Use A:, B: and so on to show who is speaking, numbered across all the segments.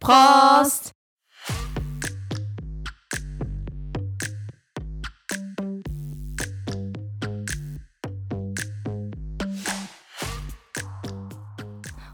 A: Prost！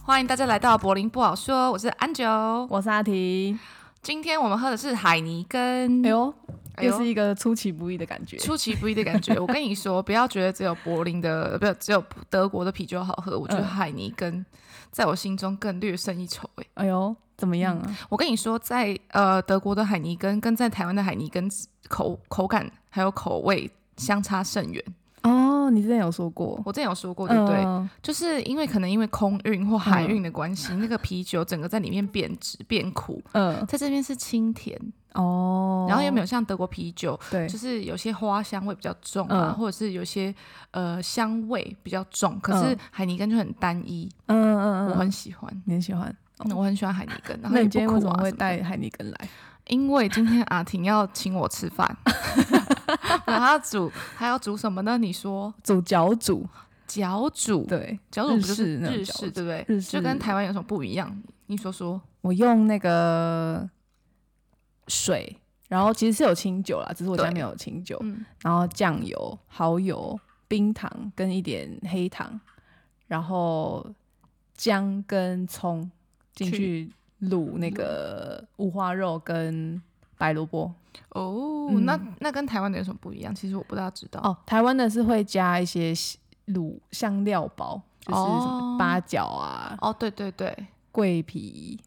A: 欢迎大家来到柏林不好说，我是安九。
B: 我是阿提。
A: 今天我们喝的是海尼根，
B: 哎呦，
A: 哎呦
B: 又是一个出其不意的感觉。
A: 出其不意的感觉。我跟你说，不要觉得只有柏林的， 不是只有德国的啤酒好喝，我觉得
B: 嗯
A: 海尼根在我心中更略胜一筹。哎，
B: 哎呦，怎么样啊？
A: 我跟你说，在呃德国的海尼根跟在台湾的海尼根口口感还有口味相差甚远。
B: 哦，你之前有说过，
A: 我之前有说嗯过，对不对？
B: 嗯
A: 就是因为可能因为空运或海运的关系，那个啤酒整个在里面变质变苦，
B: 嗯，
A: 在这边是清甜，
B: 哦，
A: 然后又没
B: 有
A: 有像德国啤酒，
B: 对
A: 就，是有些花香味比较重啊，
B: 嗯
A: 或者是有些呃香味比较重，可是
B: 嗯
A: 海尼根就很单一，
B: 嗯嗯
A: 我
B: 嗯，
A: 很喜欢。
B: 你很喜欢。
A: 嗯我很喜欢海尼根，然后也
B: 那你
A: 不
B: 今天
A: 苦啊
B: 为什么
A: 什
B: 会
A: 么的
B: 带海尼根来？
A: 因为今天阿婷要请我吃 饭，然后她煮，她要煮什么呢？你说
B: 煮脚煮，
A: 脚煮，
B: 对，
A: 脚煮不就是
B: 日式那种
A: 日
B: 脚
A: 式
B: 煮
A: 对不对？
B: 日
A: 就
B: 式
A: 跟台湾有什么不一样？你说说。
B: 我用那个水，然后其实是有清酒啦，只是我
A: 对
B: 家没有清酒，
A: 嗯
B: 然后酱油、蚝油、冰糖跟一点黑糖，然后姜跟葱进去卤那个五花肉跟白萝卜。
A: 哦，
B: 嗯
A: 那那跟台湾的有什么不一样？其实我不大知道。
B: 哦，台湾的是会加一些西卤香料包，就是什
A: 哦
B: 么八角啊、
A: 哦，对对对，
B: 桂皮、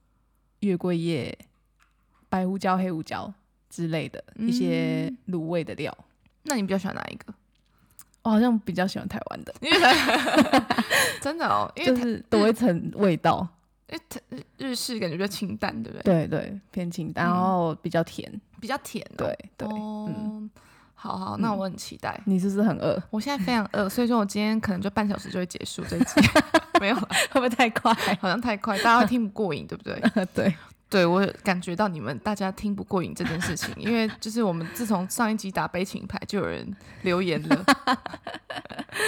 B: 月桂叶、白胡椒、黑胡椒之类的一些卤味的料。
A: 那你比较喜欢哪一个？
B: 嗯我好像比较喜欢台湾的，
A: 真的哦，因为
B: 就
A: 台
B: 是多一层味道。
A: 日式感觉比较清淡，对不对？
B: 对对，偏清淡，
A: 嗯
B: 然后比较甜。
A: 比较甜、哦。
B: 对对，
A: 哦，
B: 嗯
A: 好好，那我很期待。
B: 你是不是很饿？
A: 我现在非常饿，所以说我今天可能就半小时就会结束这一 集，没有啦，
B: 会不会太快？
A: 好像太快，大家会听不过瘾，对不对？
B: 对，
A: 对我感觉到你们大家听不过瘾这件事情，因为就是我们自从上一集打悲情牌就有人留言 了，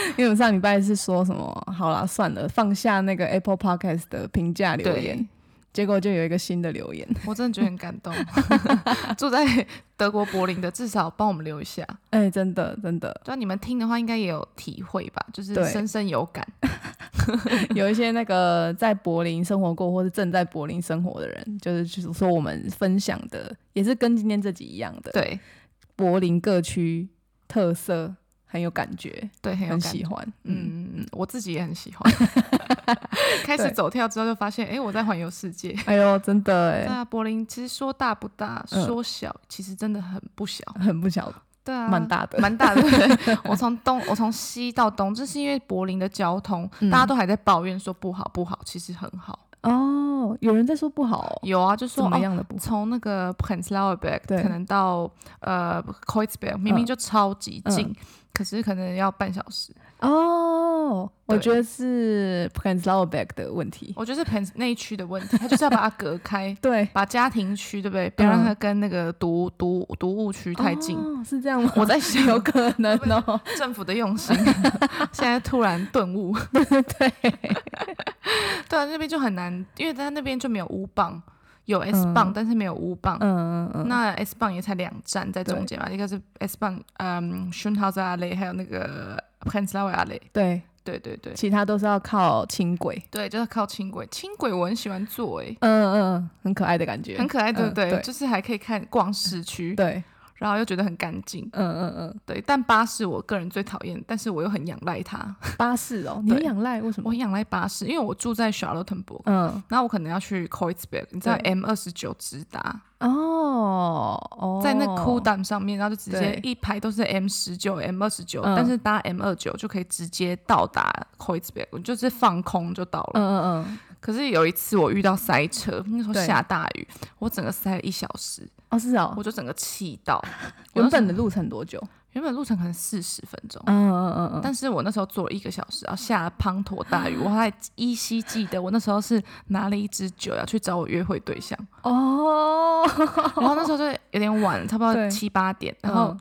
B: 因为我们上礼拜是说什么？好啦，算了，放下那个 Apple Podcast 的评价留
A: 对
B: 言，结果就有一个新的留言。
A: 我真的觉得很感 动。住在德国柏林的，至少帮我们留一下，啊
B: 哎、真的真的，
A: 就你们听的话应该也有体会吧，就是
B: 对
A: 深深有感。
B: 有一些那个在柏林生活过或是正在柏林生活的人，就是就是说我们分享的也是跟今天这集一样的，
A: 对
B: 柏林各区特色很有感觉，
A: 对，很有
B: 很
A: 感
B: 喜欢。嗯，
A: 嗯，我自己也很喜 欢。开始
B: 对
A: 走跳之后，就发现，哎、我在环游世界。
B: 哎呦，真的
A: 对
B: 哎、
A: 啊，柏林其实说大不大，
B: 嗯
A: 说小、其实真的很不小。
B: 很不巧，
A: 对啊，
B: 蛮大的。
A: 蛮大的。 对不对我从东，我从西到东，这是因为柏林的交通，
B: 嗯
A: 大家都还在抱怨说不好不好，其实很好。
B: 哦，有人在说不好哦，
A: 有啊，就
B: 怎
A: 说
B: 么
A: 哦，
B: 样的不好？
A: 从那个 Prenzlauer Berg
B: 对
A: 可能到呃 Kreuzberg，明明就超级近，
B: 嗯
A: 可是可能要半小时。
B: 哦，我
A: 对
B: 觉得是 p r a n s l a w back 的问题。
A: 我觉得是 Prenz 那一区的问题， 他就是要把它隔开。
B: 对，
A: 把家庭区对不对？不要让它跟那个毒毒毒物区太近。
B: 嗯哦是这样吗？
A: 我在想，
B: 有可能哦。
A: 政府的用心，现在突然顿悟。
B: 对，
A: 对啊，那边就很难，因为他那边就没有五磅，有 S
B: 嗯
A: 磅，但是没有五磅。
B: 嗯嗯嗯，
A: 那 S 磅也才两站在中间嘛，一个是 S 磅，嗯 s c h o e n h a u s e r Alley，还有那个 Prenzlauer Alley。
B: 对，
A: 对对对
B: 其他都是要靠轻轨。
A: 对，就是靠轻轨，轻轨我很喜欢坐、欸，
B: 嗯嗯嗯，很可爱的感觉，
A: 很可爱，对不
B: 嗯
A: 对？
B: 对嗯
A: 就是还可以看逛市区，
B: 对，
A: 然后又觉得很干净。
B: 嗯嗯
A: 对，但巴士我个人最讨厌，但是我又很仰赖它。
B: 嗯，巴士哦，你很
A: 对
B: 仰赖为什
A: 我
B: 么？
A: 很仰赖巴士，因为我住在 Charlottenburg，
B: 嗯，
A: 然后我可能要去 Kreuzberg，你知道
B: 对
A: M 二十九直达，
B: 哦哦，
A: 在那 cool down 上面，然后就直接
B: 对
A: 一排都是 M 十九、M 二十九，
B: 嗯
A: 但是搭 M 二九就可以直接到达 Kreuzberg，我就是放空就到了。
B: 嗯嗯嗯，
A: 可是有一次我遇到塞车，那时候
B: 对
A: 下大雨，我整个塞了一小时，
B: 哦是哦
A: 我，就整个气到。我那
B: 原
A: 时候
B: 本的路程多久？
A: 原本路程可能四十分钟，
B: 嗯嗯嗯嗯嗯，
A: 但是我那时候坐了一个小时，然后下了滂沱大雨，我还依稀记得我那时候是拿了一支酒要去找我约会 对象，
B: 哦，
A: 然后那时候就有点晚，差不多
B: 对
A: 七八点，然后
B: 嗯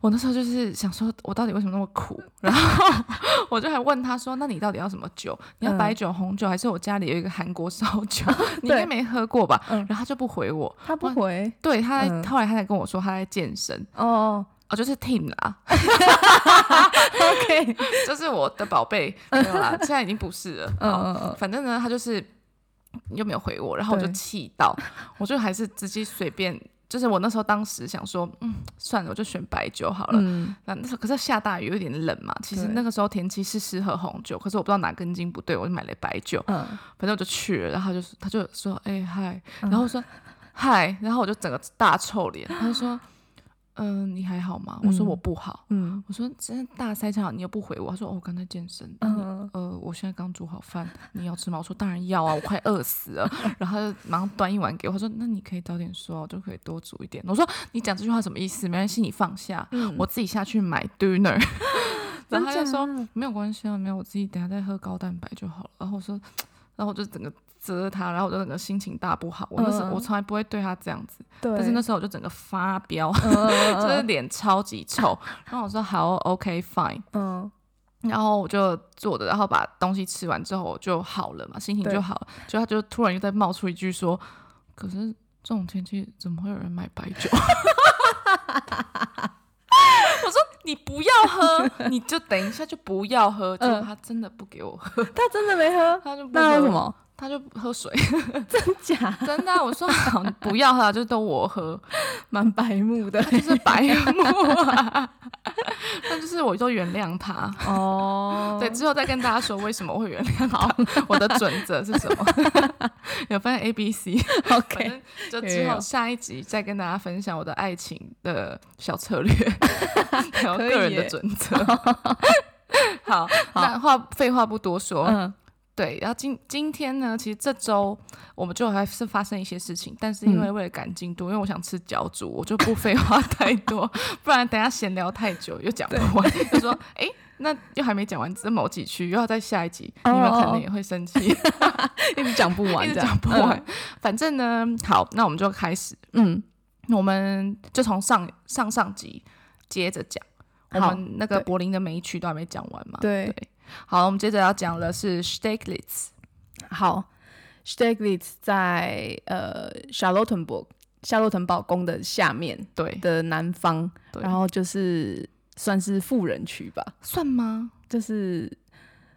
A: 我那时候就是想说，我到底为什么那么 苦？然后我就还问他说：“那你到底要什么
B: 嗯
A: 酒？你要白酒、红酒，还是我家里有一个韩国烧 酒？ 你应该没喝过吧？”
B: 嗯
A: 然后他就不回我。
B: 他不回
A: 对他在、
B: 嗯
A: 后来他才跟我说他在健身，
B: 哦
A: 哦，就是 Tim 啦，
B: ，OK，
A: 就是我的宝贝，没有 啦，现在已经不是了。
B: 嗯
A: 嗯
B: 嗯嗯，
A: 反正呢，他就是又没有回我，然后我就
B: 对
A: 气到，我就还是直接随便，就是我那时候当时想说，嗯，算了，我就选白酒好了。
B: 嗯，
A: 那那时候可是下大雨，有点冷嘛。其实
B: 对
A: 那个时候天气是适合红酒，可是我不知道哪根筋不对，我就买了白酒。
B: 嗯，
A: 反正我就去了，然后他就他就说，哎、嗨，
B: 嗯
A: 然后我说、嗨，然后我就整个大臭脸。他就说，嗯、你还好吗？我说
B: 嗯
A: 我不好。
B: 嗯，
A: 我说真的大塞车好，你又不回我。他说、哦我刚才健身，那你
B: 嗯，
A: 呃，我现在刚煮好饭，你要吃吗？我说当然要啊，我快饿死了。然后他就马上端一碗给我，他说那你可以早点说啊，我就可以多煮一点。我说你讲这句话什么意思？没关系，你放下，
B: 嗯
A: 我自己下去买 dinner。然 后
B: 真
A: 他就
B: 假
A: 说没有关系啊，没有，我自己等下再喝高蛋白就好了。然后我说，然后我就整个责他，然后我就整个心情大不好。我那时候
B: 嗯
A: 我从来不会对他这样子，
B: 对，
A: 但是那时候我就整个发飙，
B: 嗯，嗯
A: 就是脸超级臭。然后我说好，OK fine。
B: 嗯，
A: 然后我就坐着，然后把东西吃完之后我就好了嘛，心情
B: 对
A: 就好了。就他就突然又再冒出一句说：“可是这种天气怎么会有人买白酒？” 我说：“你不要喝，你就等一下就不要喝。”结果
B: 嗯
A: 他真的不给我喝，
B: 他真的没喝，
A: 他就不
B: 那
A: 喝
B: 为什？么？
A: 他就喝水，
B: 真假，
A: 真的啊、我说好，你不要喝啊，就都我喝，
B: 蛮白目的
A: 就是白目、啊。 但就是我都原谅他。
B: 哦
A: 对，之后再跟大家说为什么我会原谅他，我的准则是什么？ 有发现 A、B、C，反
B: ，OK，哦
A: 正就
B: 有
A: 之
B: 有
A: 后
B: 有
A: 下一集再跟大家分享我的爱情的小策 略，还有
B: 可
A: 个人
B: 以
A: 的
B: 耶
A: 准 则。好，那话废话不多说，
B: 嗯
A: 对，然后今今天呢，其实这周我们就还是发生一些事情，但是因为为了赶进度，因为我想吃饺煮，我就不废话 太多，不然等一下闲聊太久又讲不完，就说哎。诶那又还没讲完这某几区，又要在下一集，
B: 哦
A: 你们可
B: 哦哦
A: 能也会生气，
B: 一直讲不完，
A: 一直
B: 这样
A: 讲不完。，嗯反正呢，好，那我们就开始，
B: 嗯
A: 我们就从上上上集接着讲，我
B: 好
A: 们那个
B: 对
A: 柏林的每一区都还没讲完嘛。
B: 嗯，，对，
A: 好，我们接着要讲的是 Steglitz，
B: 好，Steglitz 在呃夏洛滕堡夏洛滕堡宫的下面
A: 对，
B: 的南方，
A: 对
B: 然后就是算是富人区吧，
A: 算吗？
B: 就是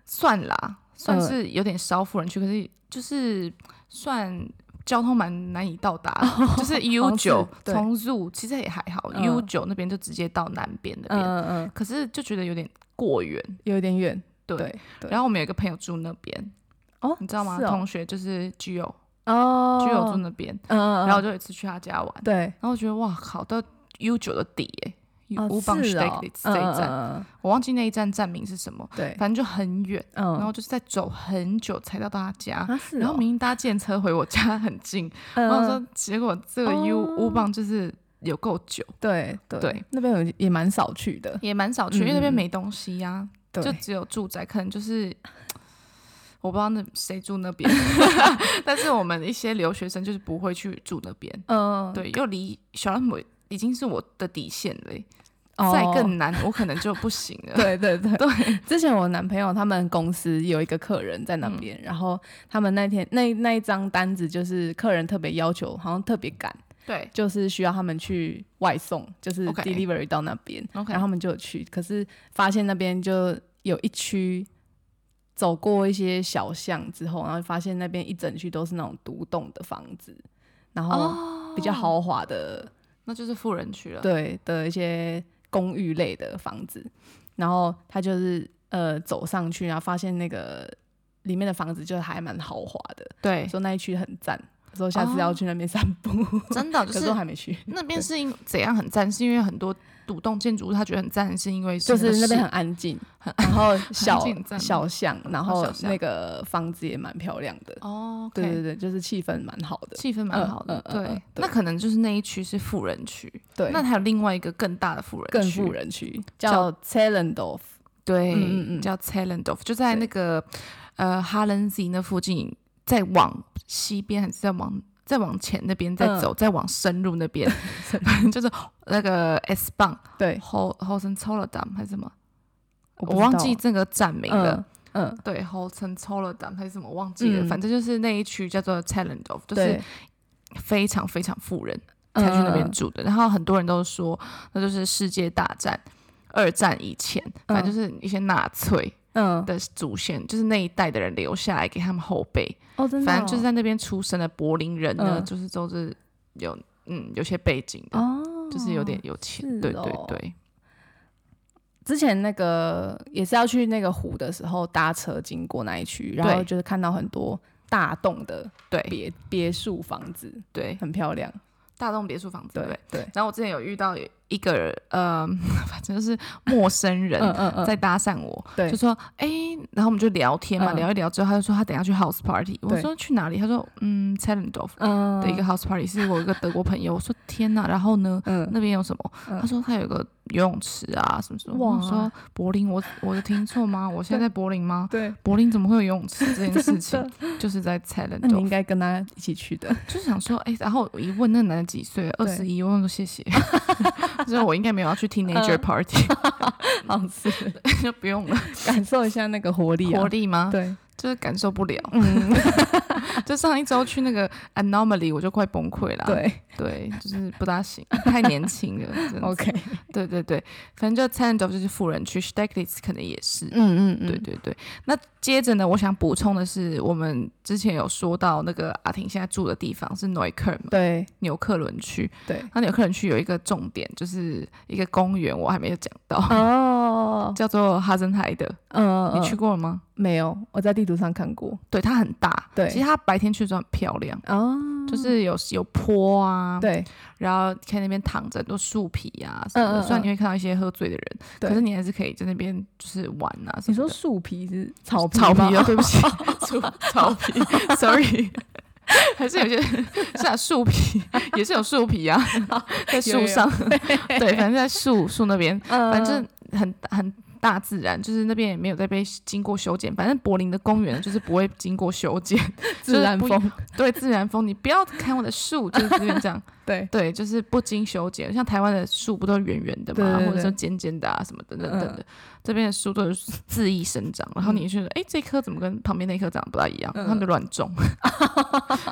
A: 算啦，算
B: 呃
A: 是有点少富人区，可是就是算交通蛮难以到达 的，就是 U
B: 像是
A: 九
B: 对
A: 从 Zoo 其实也还好、
B: 嗯
A: u 九那边就直接到南边那
B: 嗯
A: 边，
B: 嗯嗯，
A: 可是就觉得有点过远。
B: 有点远，
A: 对，
B: 对对
A: 然后我们有一个朋友住那边，
B: 哦
A: 你知道吗？
B: 是哦
A: 同学就是 Gio，Gio、
B: 哦，
A: 住那边，
B: 嗯嗯，嗯
A: 然后我就有一次去他家玩，
B: 对。
A: 然后我觉得哇靠，到 U 九的底耶、
B: 哦
A: 乌邦 s
B: 是
A: t
B: 哦
A: e g 这一站，
B: 嗯嗯嗯嗯
A: 我忘记那一站站名是什么，
B: 嗯对，
A: 反正就很远，
B: 嗯，
A: 然后就是在走很久才到他家，
B: 啊是哦，
A: 然后明明搭电车回我家很 近，
B: 嗯，
A: 然后
B: 嗯
A: 说结果这个 U
B: 哦
A: 乌棒就是有够久，
B: 对对
A: 对，
B: 那边有也蛮少去的，
A: 也蛮少去，因为那边
B: 嗯
A: 没东西呀、
B: 对，嗯
A: 就只有住宅，可能就是。我不知道那谁住那 边，但是我们一些留学生就是不会去住那边，
B: 嗯，
A: 对，又离小兰姆已经是我的底线了欸，
B: 哦
A: 再更难我可能就不行了。
B: 对对对
A: 对，
B: 之前我男朋友他们公司有一个客人在那
A: 嗯
B: 边，然后他们那天那那一张单子就是客人特别要求，好像特别赶，
A: 对
B: 就是需要他们去外送，就是
A: OK
B: delivery 到那边
A: OK
B: 然后他们就有去，可是发现那边就有一区。走过一些小巷之后，然后发现那边一整区都是那种独栋的房子，然后
A: 哦
B: 比较，豪华的
A: 那就是富人区了。
B: 对的一些公寓类的房子，然后他就是呃走上去，然后发现那个里面的房子就还蛮豪华的，
A: 对，
B: 说那一区很赞，说下次要去那边散步，
A: 哦 真的
B: 可
A: 就是是
B: 我还没去，
A: 那边是因怎样很赞？是因为很多独栋建筑物，他觉得很赞，是因为
B: 就是是那
A: 个
B: 边
A: 市
B: 很安静，然后小
A: 静赞吗
B: 小巷，然
A: 哦
B: 后
A: 小巷
B: 那个房子也蛮漂亮的，
A: 哦，OK，
B: 对对对，就是气氛蛮好的，
A: 气氛蛮好的。
B: 嗯嗯嗯嗯
A: 对，
B: 对
A: 那可能就是那一区是富人区，
B: 对，
A: 那还有另外一个更大的富人区，
B: 更富人区叫 t a l e n d o f
A: 对，
B: 嗯嗯嗯
A: 叫 Talendorf，就在那个呃哈伦西那附近，再往西边还是再往再往前那边再
B: 嗯
A: 走，再往深入那 边，反正 就是那个 S 棒
B: 对，
A: 后后生抽了档还是什么，
B: 我
A: 我
B: 不知
A: 忘
B: 道
A: 记这个站名了。
B: 嗯嗯，
A: 对，后城抽了档还是什么忘记了，
B: 嗯
A: 反正就是那一区叫做 Talent of，就是
B: 对，
A: 非常非常富人才去那边
B: 嗯
A: 住的。然后很多人都说，那就是世界大战。二战以前，反正就是一些纳粹
B: 嗯，
A: 的祖先，就是那一代的人留下来给他们后辈。
B: 哦，真的哦，
A: 反正就是在那边出生的柏林人呢，
B: 嗯
A: 就是都是有嗯有些背景的，
B: 哦，
A: 就是有点有钱。
B: 是
A: 对对
B: 哦
A: 对，
B: 之前那个也是要去那个湖的时候搭车经过那一区，然后
A: 对
B: 就是看到很多大栋的
A: 对
B: 别别墅房子，
A: 对，
B: 很漂亮。
A: 大栋别墅房子对不对
B: 对。对，
A: 然后我之前有遇到一个呃，反正就是陌生人。
B: 嗯嗯嗯，
A: 在搭讪我，
B: 对
A: 就说哎、然后我们就聊天嘛，
B: 嗯
A: 聊一聊之后，他就说他等一下去 house party，我
B: 对
A: 说去哪里？他说嗯 t a l e n d o f
B: 嗯
A: 的一个 house party 是我一个德国朋友，我说天哪，然后呢？
B: 嗯
A: 那边有什么？
B: 嗯
A: 他说他有个游泳池啊，什么什么。
B: 哇
A: 我说柏林，我我有听错吗？我现在在柏林吗？
B: 对，
A: 柏林怎么会有游泳池这件事
B: 真
A: 情？就是在 t a l e n
B: 那
A: d
B: 你
A: o
B: 应
A: f
B: 该跟他一起去的。
A: 就是想说，哎、然后我一问那个男的几岁，二十一，我问说谢谢， 所以我应该没有要去 teenager
B: 嗯
A: party，、
B: 好是
A: 就不用了。
B: 感受一下那个活力啊，
A: 活力吗？
B: 对，
A: 就是感受不了。
B: 嗯，
A: 就上一周去那个 Anomaly，我就快崩溃了。
B: 对
A: 对，就是不大行，太年轻 了。真的
B: ，OK，
A: 对对对，反正就 t a n d o 就是富人区 s t e g l i t z 可能也是。
B: 嗯嗯嗯，
A: 对对对，那接着呢，我想补充的是，我们之前有说到那个阿婷现在住的地方是 Neukölln 嘛，
B: 对
A: 纽克伦区。
B: 对，
A: 那纽克伦区有一个重点，就是一个公园，我还没有讲到，
B: 哦，
A: 叫做哈森海德。
B: 嗯，
A: 你去过了吗？
B: 没有？我在地图上看过，
A: 对，它很大。
B: 对
A: 其实它白天去的时候很漂亮。
B: 哦，
A: 就是有有坡啊，，
B: 对，
A: 然后可以那边躺着很多树皮啊什么的，
B: 嗯嗯嗯
A: 虽然你会看到一些喝醉的人，
B: 对
A: 可是你还是可以在那边就是玩啊什
B: 你
A: 么的。
B: 说树啊皮是草皮
A: 草皮
B: 吗
A: 啊，对不起，树 草皮，sorry，还 是有些是啊，树皮 也是有树皮啊， 在树上，对，反正在树树那边，
B: 嗯
A: 反正很很。大自然就是那边也没有在被经过修剪，反正柏林的公园就是不会经过修剪，
B: 自然
A: 就是
B: 风，
A: 对自然风，你不要砍我的树，就是这边这样。
B: 对，
A: 对，就是不经修剪，像台湾的树不都是圆圆的
B: 对
A: 嘛，
B: 对对嗯
A: 或者说尖尖的啊，什么等等等等的。这边的树都是恣意生长，然后你就觉得，哎、这棵怎么跟旁边那棵长得不大一样？
B: 嗯
A: 他们就乱种，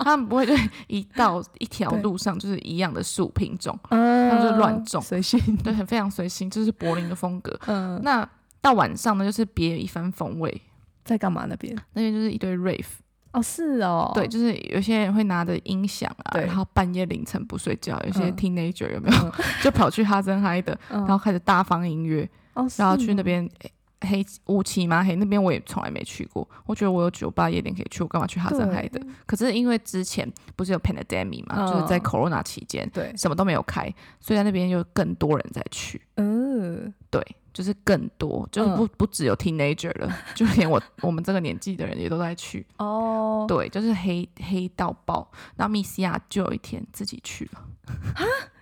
A: 他们不会就一到一条
B: 对
A: 路上就是一样的树品种，
B: 嗯，
A: 们就乱种
B: 随性，
A: 对，很非常随性，这、是柏林的风格。
B: 嗯，
A: 那到晚上呢，就是别有一番风味。
B: 在干嘛那边？
A: 那边就是一堆 rave，、
B: 哦，是哦，
A: 对，就是有些人会拿着音响啊，
B: 对
A: 然后半夜凌晨不睡觉，有些
B: 嗯
A: teenager 有没有、
B: 嗯，
A: 就跑去哈森嗨的，
B: 嗯，
A: 然后开始大放音乐，
B: 哦，是
A: 然后去
B: 哦
A: 那边诶黑乌漆嘛黑，那边我也从来没去过。我觉得我有酒吧夜店可以去，我干嘛去哈森海的？可是因为之前不是有 pandemic 嘛，
B: 嗯
A: 就是在 corona 期间
B: 对，
A: 什么都没有开，所以在那边有更多人在去。
B: 嗯，
A: 对，就是更多，就是不、不只有 teenager 了， 就连我我们这个年纪的人也都在去。
B: 哦，
A: 对，就是黑黑到爆。然后密西亚就有一天自己去了，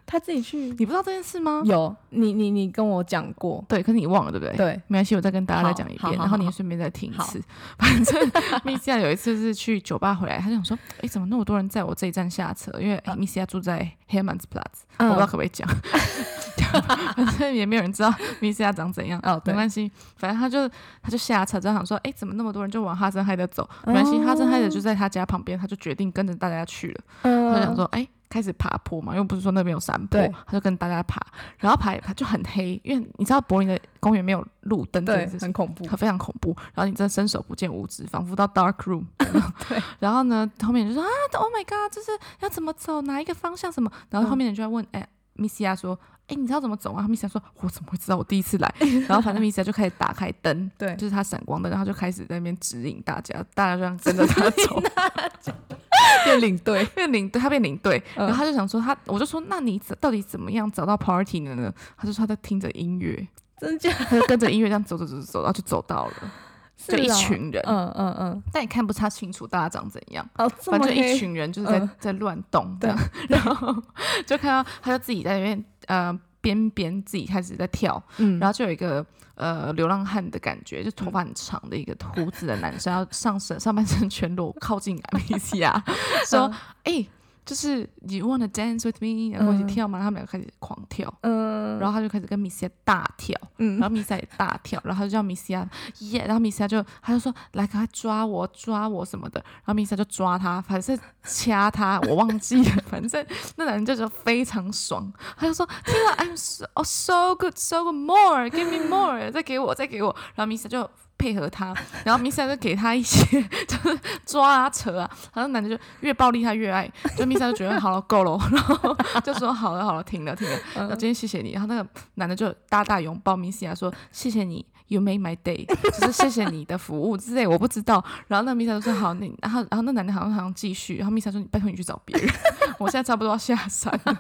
B: 他自己去
A: 你不知道这件事吗？
B: 有，你你你跟我讲过，
A: 对，可是你忘了对不对？
B: 对，
A: 没关系，我再跟大家再讲一
B: 好
A: 遍，
B: 好
A: 然后
B: 好
A: 你也
B: 好
A: 顺便再听一次。 反正米西亚有一次是去酒吧回来，他就想说：“哎、怎么那么多人在我这一站下车？因为、
B: 嗯
A: 诶米西亚住在 Hermannsplatz，、我不知道可不可以讲， 反正也没有人知道米西亚长怎样。
B: 哦对
A: 没关系，反正他就他就下车之后想说：“哎、怎么那么多人就往哈森海德走？没关系，哈森海德就在他家旁边，他就决定跟着大家去了。
B: 哦嗯
A: 他就想说：“哎、开始爬坡嘛，又不是说那边有山坡
B: 对，
A: 他就跟大家爬，然后爬一爬就很黑，因为你知道柏林的公园没有路灯这
B: 对
A: 件，事情
B: 很恐怖，
A: 它非常恐怖。然后你真的伸手不见五指，仿佛到 dark room。对。 然后呢，后面人就说啊，Oh my god，就是要怎么走，哪一个方向什么？然后后面人就在问，
B: 嗯
A: 哎、米西亚说，哎、你知道怎么走吗？米西亚说，我怎么会知道？我第一 次来。然后反正米西亚就开始打开灯，
B: 对
A: 就是他闪光灯，然后就开始在那边指引大家，大家就这样跟着他 走。
B: 变领队，
A: 变领队，他变领队，
B: 嗯
A: 然后他就想说他，我就说那你怎到底怎么样找到 party 的呢？他就说他在听着音乐，
B: 真假？
A: 他就跟着音乐这样走走走走走，然后就走到了，
B: 是
A: 就一
B: 哦
A: 群人，
B: 嗯嗯嗯，
A: 但也看不太清楚大家长怎样，
B: 哦，这
A: 反
B: 么
A: 正就一
B: 黑，
A: 群人就是在、
B: 嗯
A: 在乱动这
B: 对
A: 样，然后就看到他就自己在那边呃边边自己开始在跳，
B: 嗯
A: 然后就有一个呃流浪汉的感觉，就头发很长的一个胡
B: 嗯
A: 子的男生，然后上身上半身全裸靠近米西亚，说：“哎、就是 You wanna dance with me，然后一起跳嘛，然后他们两个开始狂跳，
B: 嗯，
A: 然后他就开始跟米西亚大跳，
B: 嗯
A: 然后米西亚也大跳，然后就叫米西亚耶，然后米西亚就他就说来赶快抓我抓我什么的，然后米西亚就抓他，反正掐他，我忘记了，反正那男人就觉得非常爽，他就说天啊，I'm so oh, so good so good more give me more 再给我再给我，然后米西亚就。配合他，然后米西亚就给他一些 就是抓啊扯啊，然后男的就越暴力他越爱，就米西亚就觉得好了够了，然后 就说好了好了停了停了，
B: 嗯
A: 那今天谢谢你，然后那个男的就大大拥抱米西亚啊说：“谢谢你，You made my day，就是谢谢你的服务之类，我不知道。”然后那个米莎就说：“好，你。”然后然后那男的好像好像继续，然后米莎说：“你拜托你去找别 人，我现在差不多要下山了。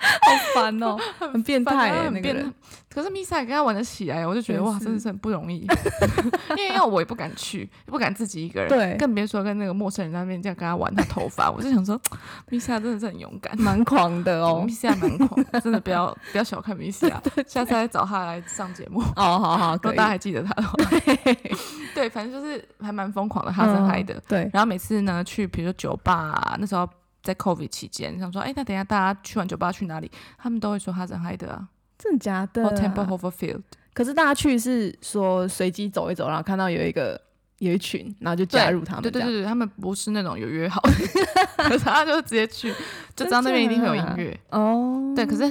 B: 好烦哦，很变”态
A: 反
B: 欸，
A: 正
B: 那
A: 很
B: 个
A: 变
B: 人
A: 态，可是米莎也跟他玩得起来，我就觉得
B: 真
A: 哇，
B: 是
A: 真的是很不容易， 因为要我也不敢去，也不敢自己一个人，
B: 对
A: 更别说跟那个陌生人在那边这样跟他玩他头发，我就想说，米莎真的是很勇敢。
B: 蛮狂的 哦
A: 米。西亚蛮狂的，真的不要不要小看米西 亚，下次再找他来上节 目。
B: 哦，好好，
A: 如果
B: 可以
A: 大。家还记得他的 话，对，反正就是还蛮疯狂的，哈森嗨的。
B: 嗯对，
A: 然后每次呢，去比如说酒吧、那时候在 COVID 期间，想说，哎，那等一下大家去完酒吧去哪里？他们都会说哈森嗨的啊
B: 真的假的
A: 或
B: 啊、
A: Temple Hoverfield。
B: 可是大家去是说随机走一走，然后看到有一个有一群，然后就加入他们。
A: 对对对，对，他们不是那种有约 好的，可是他就直接去，就知道那边一定会有音乐。
B: 哦，
A: 对，可是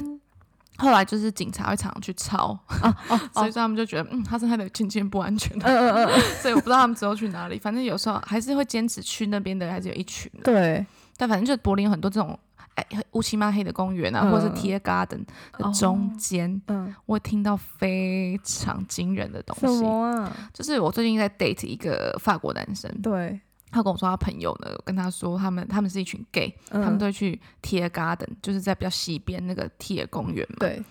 A: 后来就是警察会常常去抄，
B: 哦
A: 所以说
B: 哦，
A: 他们就觉得，嗯，哈森嗨的渐渐不安全
B: 嗯嗯嗯嗯，
A: 所以我不知道他们之后去哪里。反正有时候还是会坚持去那边的，还是有一群的。
B: 对，
A: 但反正就是柏林有很多这种哎乌漆嘛黑的公园啊，
B: 嗯
A: 或者是 Tier Garden 的中间，
B: 嗯，
A: 我听到非常惊人的东
B: 什
A: 西。
B: 么啊？
A: 就是我最近在 date 一个法国男生，
B: 对，
A: 他跟我说他朋友呢，跟他说他们他们是一群 gay，、
B: 嗯
A: 他们都会去 Tier Garden，就是在比较西边那个 Tier 公园嘛。
B: 对，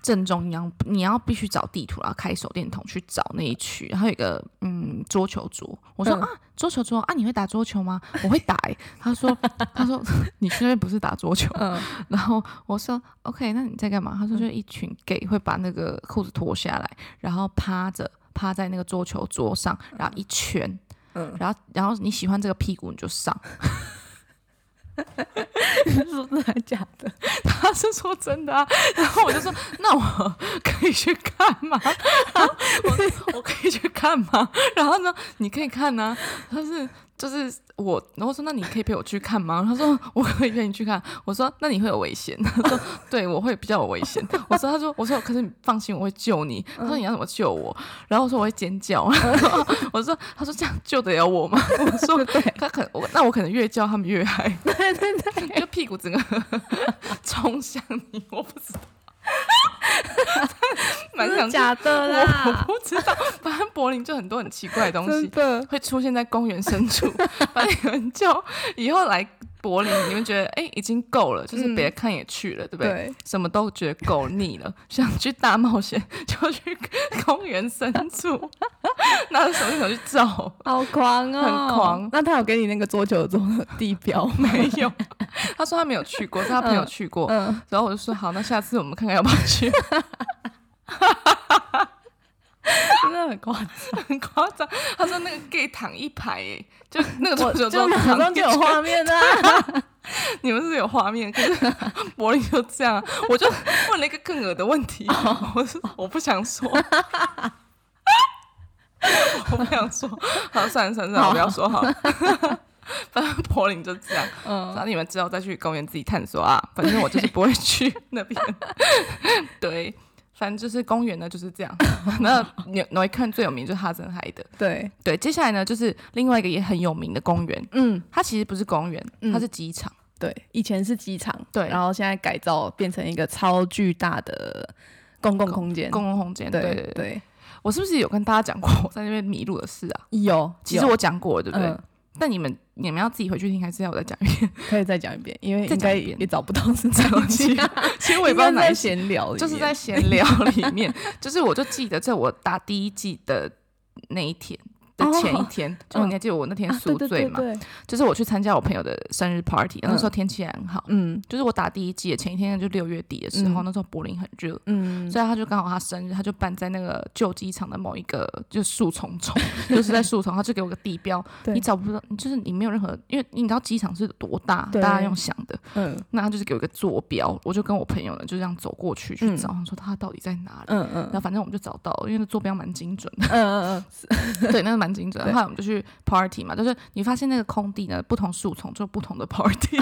A: 正中央，你要必须找地图，然后开手电筒去找那一区。然后有一个嗯桌球桌，我说、
B: 嗯
A: 啊桌球桌啊你会打桌球吗？ 我会打欸。他说他说你去那边不是打桌球？
B: 嗯，
A: 然后我说 OK，那你在干嘛？他说就一群 gay 会把那个裤子脱下来，然后趴着趴在那个桌球桌上，然后一圈，
B: 嗯
A: 然后然后你喜欢这个屁股你就上。
B: 是真的假的？
A: 他是说真的啊，然后我就说那我可以去看吗？我我可以去看吗？然后呢，你可以看啊，他是就是我，然后说那你可以陪我去看吗？他说我可以陪你去看。我说那你会有危险？他说对，我会比较有危险。我说他说我说可是你放心，我会救你。他说你要怎么救我？然后我说我会尖叫。 我说他说这样救得了我吗？我说他可我那我可能越叫他们越嗨。
B: 对 对对，
A: 就屁股整个 冲向你，我不知道， 蛮
B: 真
A: 想
B: 的
A: 去
B: 假的
A: 我我
B: 啦，
A: 不知道，反正柏林就很多很奇怪的东
B: 真
A: 西
B: 的，
A: 会出现在公园深处， 反正有人就以后来柏林，你们觉得哎、已经够了，就是别看也去了，对不对？
B: 嗯对，
A: 什么都觉得够腻了， 想去大冒险就去公园深处， 拿着手电筒去照。
B: 好狂哦，
A: 很狂
B: 那他有给你那个桌球桌的地标吗？
A: 没有， 他说他没有去过，是他朋友去过。
B: 嗯，
A: 然后我就说好，那下次我们看看要不要去，
B: 真的很狂，
A: 很夸张。他说那个 gay 躺一排，哎，就那个桌
B: 我
A: 球
B: 就
A: 桌
B: 马
A: 躺
B: 上
A: 一
B: 就有
A: 圈，
B: 画面啦，
A: 你们是有画面，可是柏林就这样啊，我就问了一个更恶的问 题，
B: 哦
A: 我说我不想说。 我不想说，好，算了算了，算了，我不要说好 了。反正柏林就这样，然
B: 嗯，
A: 后你们之后再去公园自己探索啊。反正我就是不会去那 边。对，反正就是公园呢就是这样。 那纽纽约看最有名就是哈森海德。
B: 对，
A: 对，接下来呢就是另外一个也很有名的公园，
B: 嗯，
A: 它其实不是公园，
B: 嗯
A: 它是机场。
B: 对，以前是机场，
A: 对
B: 然后现在改造变成一个超巨大的公共空间，
A: 公共空间，对
B: 嗯对
A: 对对，我是不是有跟大家讲过我在那边迷路的事啊？
B: 有，
A: 其实
B: 有
A: 我讲过了，对不对？
B: 嗯
A: 但你们你们要自己回去听，还是要我再讲一遍？
B: 可以再讲一遍，因为
A: 再
B: 应
A: 讲
B: 该
A: 一遍
B: 也找不到是这样
A: 其
B: 讲，
A: 实其实我也不知道哪
B: 在
A: 一些
B: 闲聊
A: 啊
B: 里面，
A: 就是在 闲聊里面，就是我就记得在我打第一季的那一天的前一天，就你还记得我那天
B: 哦嗯啊
A: 宿醉嘛？
B: 对对对对
A: 就是我去参加我朋友的生日 party，那时候天气还很好，
B: 嗯
A: 就是我打第一季的前一天，就六月底的时候，
B: 嗯
A: 那时候柏林很热，
B: 嗯，
A: 所以他就刚好他生日，他就办在那个旧机场的某一个就是树丛 中，就是在树丛，他就给我个地标，
B: 对
A: 你找不到，就是你没有任何，因为你知道机场是多大，
B: 对
A: 大家用想的，
B: 嗯
A: 那他就是给我一个坐标，我就跟我朋友呢就这样走过去去
B: 嗯
A: 找，他说他到底在哪里。
B: 嗯嗯
A: 然后反呃正我们就找到了，因为那坐标蛮精 准的，
B: 嗯嗯
A: 对，那个蛮精准的。
B: 对
A: 后来我们就去 party 嘛，就是你发现那个空地呢，不同树丛就有不同的 party，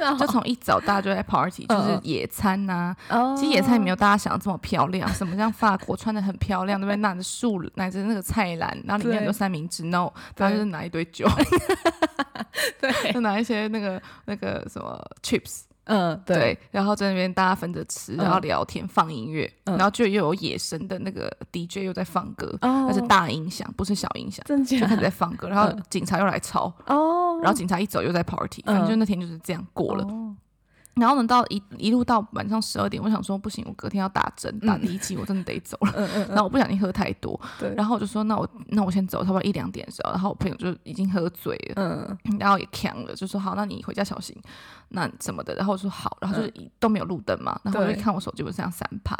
B: 嗯，
A: 就从一早大家就在 party，就是
B: 嗯
A: 野餐啊呐、
B: 哦
A: 其实野菜没有大家想的这么漂亮，什么像法国穿的很漂亮，对不对？拿着树，拿着那个菜篮，然后里面很多
B: 对
A: 三明治，no，他就是拿一堆酒，
B: 对，
A: 就 拿一些那个那个什么 chips，
B: 嗯
A: 对，，然后在那边大家分着吃，
B: 嗯
A: 然后聊天，放音乐，
B: 嗯
A: 然后就又有野生的那个 DJ 又在放歌，
B: 哦
A: 那是大音响，不是小音响，
B: 真假
A: 就开始在放歌，然后
B: 嗯
A: 警察又来抄，
B: 哦，
A: 然后警察一走又在 party，反正
B: 嗯
A: 就那天就是这样过了。
B: 哦
A: 然后呢，到一一路到晚上十二点，我想说不行，我隔天要打针，打第一剂，我真的得走了。
B: 嗯嗯
A: 然后我不小心喝太多，
B: 对
A: 然后我就说那我那我先走，差不多一两点的时候，然后我朋友就已经喝醉了，
B: 嗯
A: 然后也呛了，就说好，那你回家小心，那什么的。然后我说好，然后就是一都没有路灯嘛，然后我就
B: 嗯对
A: 看我手机我剩下三趴，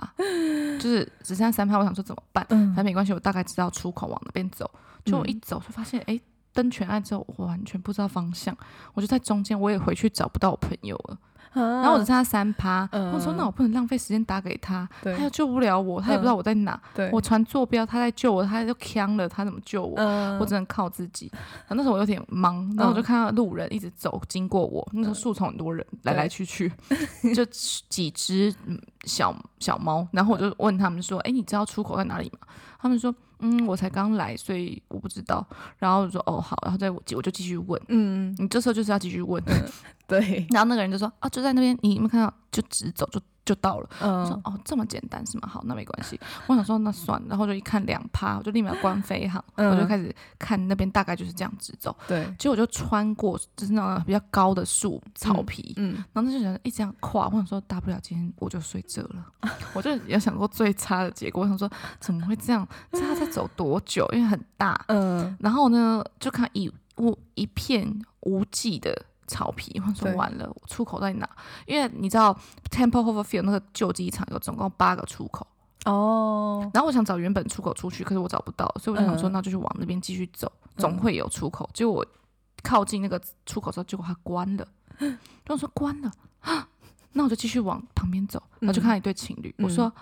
A: 就是只剩下三趴，我想说怎么办？
B: 嗯
A: 反正没关系，我大概知道出口往哪边走。就我一走就发现，哎、灯全暗之后，我完全不知道方向，我就在中间，我也回去找不到我朋友了。然
B: 然
A: 后我只剩下三趴，
B: 嗯
A: 我说那我不能浪费时间打给他，
B: 对嗯
A: 他又救不了我，他也不知道我在哪，
B: 对
A: 我传坐标，他在救我，他就呛了，他怎么救我？
B: 嗯
A: 我只能靠自己。然后那时候我有点忙，然后我就看到路人一直走经过我，那时
B: 嗯
A: 候树丛很多人来来去 去，就几只嗯小小猫。然后我就问他们说：“哎，你知道出口在哪里吗？”他们说：“嗯，我才刚来，所以我不知道。”然后我就说：“哦，好。”然后再我我就继续问，
B: 嗯
A: 你这时候就是要继续问。
B: 对
A: 然后那个人就说：“啊，就在那边，你有没有看到？就直走就就到了。”我说
B: 嗯：“
A: 哦，这么简单是吗？好，那没关系。”我想说那算了，然后就一看两趴，我就立马关飞航，
B: 嗯
A: 我就开始看那边大概就是这样直走。
B: 对
A: 结果我就穿过就是那种比较高的树草皮，
B: 嗯
A: 然后那就想一这样跨，我想说大不了今天我就睡这了， 我就有想过最差的结果，我想说怎么会这样？这要再走多久？因为很大，
B: 嗯
A: 然后呢，就看一我一片无际的草皮，我想说
B: 对
A: 完了，我出口在哪？因为你知道 Temple Hoverfield 那个旧机场有总共八个出口，
B: 哦
A: 然后我想找原本出口出去，可是我找不到，所以我就
B: 嗯
A: 想说，那就去往那边继续走，总会有出口。结果我靠近那个出口之后，结果它关了，然后我说关了， 啊那我就继续往旁边走，
B: 嗯
A: 然后就看到一对情侣，我说。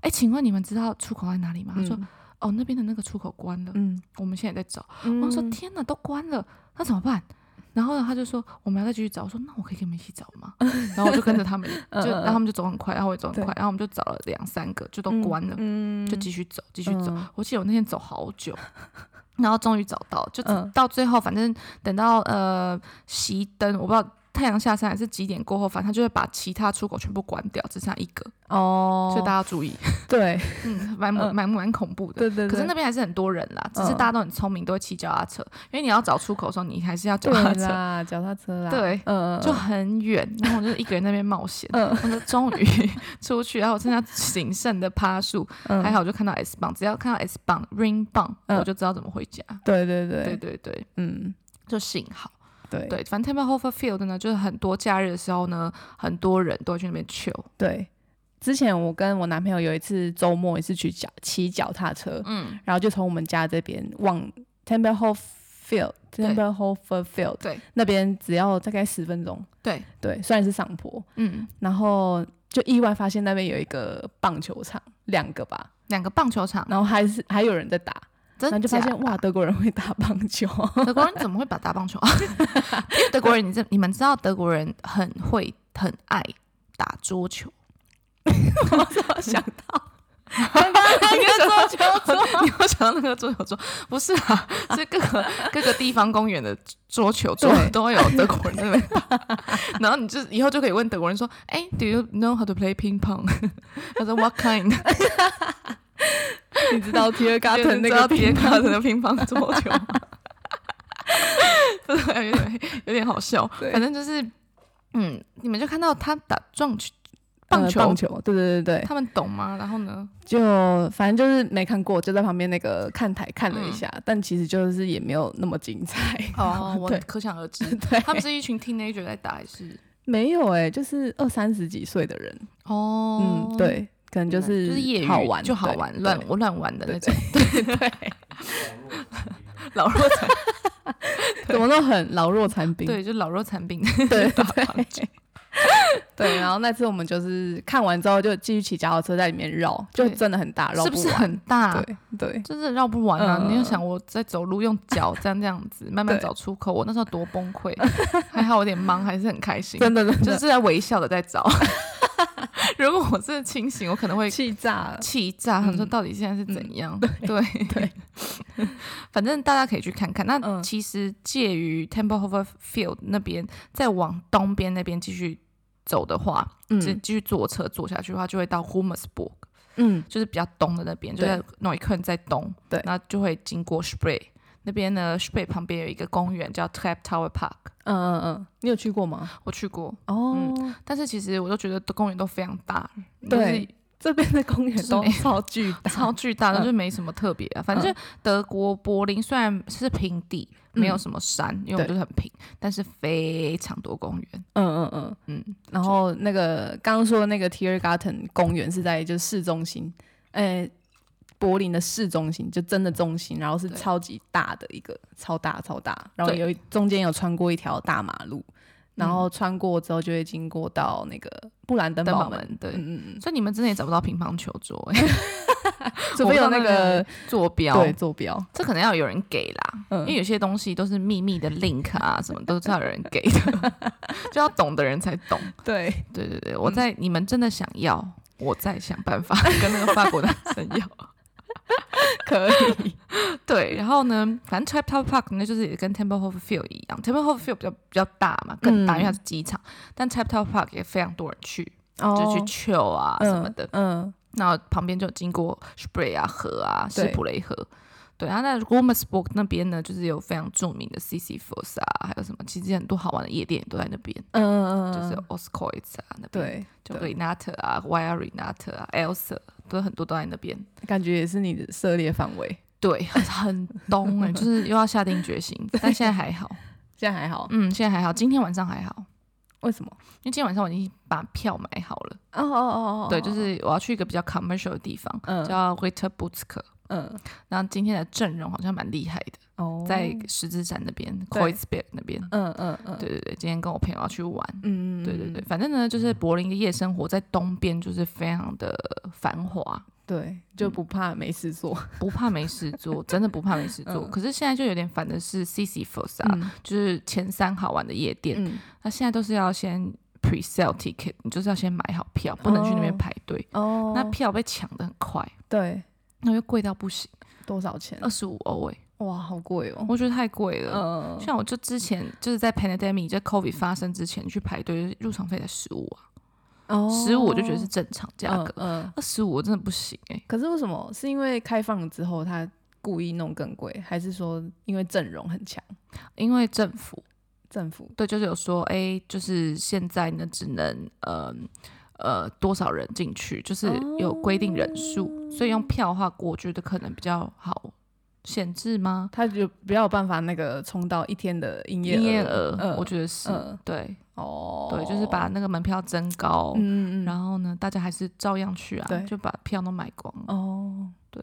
A: 哎，请问你们知道出口在哪里吗？他说：“哦，那边的那个出口关了，
B: 嗯
A: 我们现在在找。”
B: 嗯
A: 我说天哪，都关了，那怎么办？然后呢，他就说我们要再继续找。我说那我可以跟你们一起找吗？然后我就跟着他们，就
B: 嗯嗯
A: 然后他们就走很快，然后我也走很
B: 对
A: 快，然后我们就找了两三个，就都关了，
B: 嗯
A: 就继续走，继续走。
B: 嗯
A: 我记得我那天走好久，然后终于找到，就只
B: 嗯
A: 到最后，反正等到呃熄灯，我不知道。太阳下山还是几点过后，反正他就会把其他出口全部关掉，只剩下一个，
B: 哦，
A: 所以大家要注 意。
B: 对
A: 嗯，蛮
B: 嗯
A: 蛮蛮恐怖的。
B: 对对，
A: 可是那
B: 对
A: 边还是很多人啦，只是
B: 嗯
A: 大家都很聪明，都会骑脚踏车，因为你要找出口的时候，你还是要脚踏
B: 对
A: 车，
B: 嗯啦，脚踏车啦，
A: 对
B: 嗯，嗯
A: 就很远。然后我就一个人在那边冒险，
B: 嗯
A: 我就终于出去，然后我剩下谨慎的趴树，
B: 嗯
A: 还好我就看到 S 棒，只要看到 S 棒 ring 棒，
B: 嗯
A: 我就知道怎么回家。
B: 对对对
A: 对对对，
B: 嗯
A: 就幸好。
B: 对
A: 对，反正 Temple Hofer Field 呢，就是很多假日的时候呢，很多人都会去那边 chill。
B: 对。之前我跟我男朋友有一次周末也是去脚骑脚踏车，
A: 嗯，
B: 然后就从我们家这边往 Temple Field Temple Hofer Field
A: 对
B: 那边只要大概十分钟，
A: 对，
B: 对，虽然是上坡，
A: 嗯，
B: 然后就意外发现那边有一个棒球场，两个吧，
A: 两个棒球场，
B: 然后还是还有人在打，
A: 啊真
B: 然后就发
A: 假
B: 现哇，德国人会打棒球，
A: 德国人怎么会把打棒球？ 因为德国人，你这你们知道，德国人很会、很爱打桌球。
B: 我怎么想到？刚刚那个桌球 桌，
A: 你有想到那个桌球桌？不是啊，是各个各个地方公园的桌球桌
B: 对
A: 都会有德国人在那边打。 然后你就以后就可以问德国人说：“哎、d o you know how to play ping pong？” 他说：“What kind？”
B: 你知道 t i e r g a r
A: 就
B: t
A: 是
B: n 那
A: 知道
B: 个
A: 叠
B: 地
A: 卡
B: 方
A: 的那乒乓桌球吗，不是有点有点好笑。
B: 对
A: 反正就是，嗯，你们就看到他打撞球棒
B: 呃
A: 球
B: 棒球，对对对对，
A: 他们懂吗？然后呢？
B: 就反正就是没看过，就在旁边那个看台看了一
A: 嗯
B: 下，但其实就是也没有那么精彩。
A: 哦，我
B: 对
A: 可想而知，
B: 对，
A: 他们是一群 teenager 在打，还是？
B: 没有哎、就是二三十几岁的人，
A: 哦，
B: 嗯，，对，可能就是
A: 就是业余
B: 好玩，
A: 就好
B: 对
A: 玩，
B: 对
A: 乱我乱玩的那
B: 对
A: 种。
B: 对对，
A: 老弱残
B: 怎么都很老弱残兵，
A: 对，就老弱残兵。
B: 对对对。然后那次我们就是看完之后就继续骑脚踏车在里面绕，就
A: 对
B: 真的很大，绕
A: 是不是
B: 完
A: 很大？
B: 对对
A: 就是绕不完啊！
B: 嗯
A: 你要想我在走路用脚这样这样子慢慢
B: 对
A: 找出口，我那时候多崩溃， 还好我有点忙，还是很开心，
B: 真的真
A: 就
B: 的
A: 是在微笑的在 找。 如果我真的清醒，我可能会
B: 气炸了。
A: 气炸，想说
B: 嗯
A: 到底现在是怎样？对
B: 对，
A: 反正大家可以去看看。那
B: 嗯
A: 其实介于 Templehofer Field 那边，再往东边那边继续走的话，继
B: 嗯
A: 继续坐车坐下去的话，就会到 Hummusburg，
B: 嗯
A: 就是比较东的那边，就
B: 对
A: 在 n o i k e n 在东，
B: 对
A: 那就会经过 Spray 那边呢，Spray 旁边有一个公园叫 Trap Tower Park，
B: 嗯嗯嗯，你有去过吗？
A: 我去过，
B: 哦，
A: 但是其实我就觉得公园都非常大，
B: 对，这边的公园
A: 就
B: 都
A: 是没
B: 超巨大，
A: 超巨大的，
B: 嗯
A: 就没什么特别啊。反正就德国柏林虽然是平地，
B: 嗯
A: 没有什么山，因为我们就是很平，但是非常多公园。
B: 嗯嗯嗯。
A: 嗯，
B: 然后那个刚刚说的那个 Tiergarten 公园是在就是市中心，呃，柏林的市中心，就真的中心，然后是
A: 对
B: 超级大的一个，超大超大，然后
A: 对
B: 有一中间有穿过一条大马路，然后穿过之后就会经过到那个布兰嗯登
A: 登
B: 堡
A: 堡
B: 门，
A: 门对。
B: 嗯嗯
A: 所以你们真的也找不到乒乓球桌、欸
B: 嗯，除非有那个
A: 坐标，
B: 对坐标，
A: 这可能要有人给啦，
B: 嗯
A: 因为有些东西都是秘密的 link 啊，什么都是要有人给的， 就要懂的人才懂。
B: 对，
A: 对对
B: 嗯
A: 对，我在、你们真的想要，我再想办法跟那个法国男生 要。
B: 可以，
A: 对，然后呢，反正 Trap Tower Park 呢，就是也跟 Templehof Field 一样，Templehof Field 比较比较大嘛，更大，
B: 嗯
A: 因为它是机场。但 Trap Tower Park 也非常多人去，
B: 哦
A: 就去 chill 啊什么的。
B: 嗯，
A: 然后旁边就有经过 Spray 啊河啊
B: 对
A: 斯普雷河。对啊，那 r o m e s b o r g 那边呢，就是有非常著名的 CC f o s 啊，还有什么，其实很多好玩的夜店也都在那边，
B: 嗯嗯嗯，
A: 就是有
B: 嗯
A: Oskoitz 啊那边，
B: 对，
A: 就 Renata 啊，Wire Renata 啊，Elsa 都很多都在那边。
B: 感觉也是你的涉猎范围，
A: 对， 很东 哎、就是又要下定决心，但现在还好，
B: 现在还好，
A: 嗯，现在还好，今天晚上还好，
B: 为什么？
A: 因为今天晚上我已经把票买好了，
B: 哦哦哦哦，
A: 对，就是我要去一个比较 commercial 的地方，
B: 嗯
A: 叫 Ritter b u t z k
B: 嗯
A: 然后今天的阵容好像蛮厉害的。
B: 哦，
A: 在十字山那边 k
B: 对
A: o i t s b e r g 那边。
B: 嗯嗯嗯，
A: 对对对，今天跟我朋友要去玩。
B: 嗯，嗯嗯
A: 对对对，反正呢，就是柏林的夜生活在东边就是非常的繁华，
B: 对，就不怕没事做，
A: 不怕没事做，真的不怕没事做。
B: 嗯
A: 可是现在就有点烦的是 C C f o s 啊，就是前三好玩的夜店，
B: 嗯
A: 那现在都是要先 pre sale ticket，你就是要先买好票，不能去那边
B: 哦
A: 排队。
B: 哦，
A: 那票被抢的很快，
B: 对
A: 那又贵到不行，
B: 多少钱
A: 二？十五欧哎，
B: 哇，好贵欸哦，
A: 我觉得太贵了。
B: 嗯，
A: 像我就之前就是在 pandemic 在 covid 发生之前去排队，入场费才十五啊，十五我就觉得是正常价格，
B: 哦嗯，嗯
A: 二十五我真的不行哎、
B: 可是为什么？是因为开放了之后他故意弄更贵，还是说因为阵容很强，
A: 因为政府
B: 政府？
A: 对就是有说，哎、就是现在呢只能呃呃多少人进去，就是有规定人数，所以
B: 哦
A: 用票的话，我觉得可能比较好限制吗？
B: 他就比较有办法那个冲到一天的营业
A: 营业额、
B: 嗯
A: 我觉得是、
B: 嗯
A: 对
B: 哦，
A: 对，就是把那个门票增高。
B: 嗯嗯，
A: 然
B: 后
A: 后呢，大家还是照样去啊，
B: 对
A: 就把票都买光了。
B: 哦，
A: 对，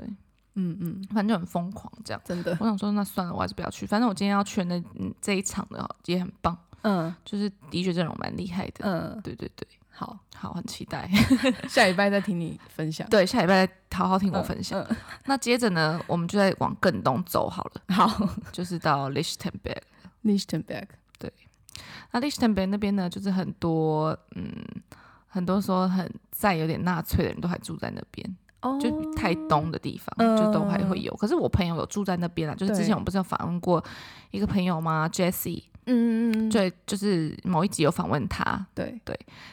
B: 嗯嗯，
A: 反正就很疯狂这样。
B: 真的，
A: 我想说，那算了，我还是不要去。反正我今天要去的那嗯这一场的也很棒，
B: 嗯
A: 就是的确阵容蛮厉害的。
B: 嗯，
A: 对对对，
B: 好，
A: 好，很期待。
B: 下礼拜再听你分享。
A: 对，下礼拜好好听我分享。
B: 嗯嗯
A: 那接着呢，我们就再往更东走 好了，
B: 好
A: 就是到 Lichtenberg。
B: ，Lichtenberg，
A: 那 Lichtenberg 那边呢，就是很多嗯，很多说很在有点纳粹的人都还住在那边，
B: 哦
A: 就太东的地方，
B: 嗯
A: 就都还会有。可是我朋友有住在那边啦，就是之
B: 对
A: 前我们不是有访问过一个朋友吗？Jessie。
B: 嗯嗯嗯，
A: 对，就是某一集有访问他，
B: 对，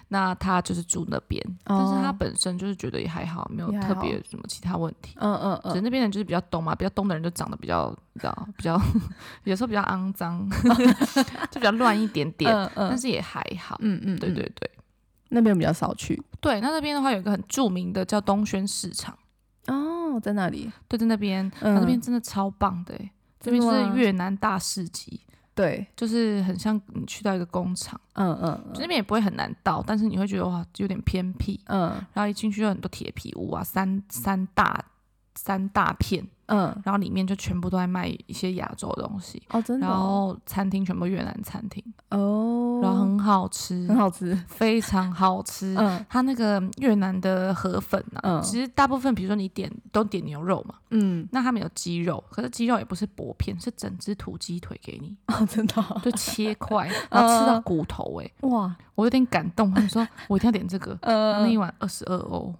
A: 那他就是住那边，但是他
B: 哦
A: 本身就是觉得也还好，没有
B: 也还
A: 特
B: 好
A: 别什么其他问题。
B: 嗯嗯
A: 只是
B: 嗯，
A: 那边人就是比较东嘛，比较东的人就长得比较，你知道，比较 有时候比较肮脏， 就比较乱一点点，
B: 嗯嗯
A: 但是也还好。
B: 嗯嗯，
A: 对
B: 嗯
A: 对，对，
B: 那边比较少去，
A: 对，那那边的话有一个很著名的叫东轩市场，
B: 哦，在那里，
A: 对，在那边，
B: 嗯
A: 那边真的超棒的、欸，这
B: 真
A: 边
B: 的
A: 是
B: 吗
A: 越南大市集，
B: 对，
A: 就是很像你去到一个工厂，
B: 嗯嗯
A: 就那边也不会很难到，但是你会觉得哇有点偏僻，
B: 嗯
A: 然后一进去有很多铁皮屋啊，三三大三大片，
B: 嗯，
A: 然后里面就全部都在卖一些亚洲的东西，
B: 哦，真的
A: 然
B: 哦，
A: 后餐厅全部越南餐厅，
B: 哦，
A: 然后很好吃，
B: 很好吃，
A: 非常好吃。
B: 嗯
A: 它那个越南的河粉啊，
B: 嗯
A: 其实大部分比如说你点都点牛肉嘛，
B: 嗯，
A: 那他们有鸡肉，可是鸡肉也不是薄片，是整只土鸡腿给 你，
B: 哦，真的哦，
A: 就切块，
B: 嗯
A: 然后吃到骨头、欸，
B: 哇，
A: 我有点感动。他们说我一定要点这个，那
B: 呃
A: 一，碗二十二欧，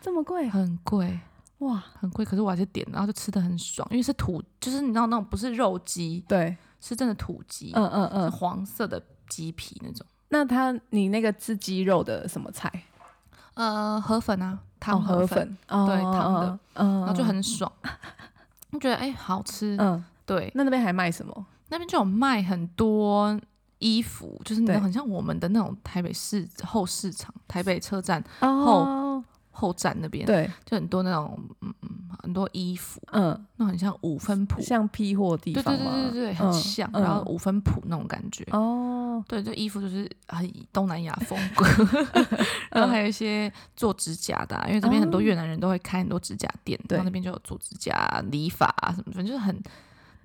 B: 这么贵，
A: 很贵。
B: 哇，
A: 很贵，可是我还是点，然后就吃的很爽，因为是土，就是你知道那种不是肉鸡，
B: 对，
A: 是真的土鸡，
B: 嗯嗯
A: 是
B: 嗯，
A: 黄色的鸡皮那种。
B: 那它你那个吃鸡肉的什么菜？
A: 呃，河粉啊，
B: 哦
A: 汤
B: 河
A: 粉，
B: 粉，哦
A: 对汤的，
B: 嗯，嗯
A: 然后就，很爽，就觉得哎、好吃。
B: 嗯，
A: 对，
B: 那那边还卖什么？
A: 那边就有卖很多衣服，就是那
B: 对
A: 种很像我们的那种台北市后市场、台北车站
B: 哦，
A: 后站那边，
B: 对，
A: 就很多那种嗯嗯很多衣服，
B: 嗯，
A: 那很像五分铺，
B: 像批货地
A: 对对
B: 方
A: 对
B: 吗？
A: 对对，很
B: 嗯
A: 像，
B: 嗯
A: 然后五分铺那种感觉。
B: 哦，
A: 对，这衣服就是很东南亚 风格，然后还有一些做指甲的啊、因为这边很多
B: 嗯哦
A: 越南人都会开很多指甲店，
B: 对
A: 然后那边就有做指甲啊、理发啊什么，反正就是很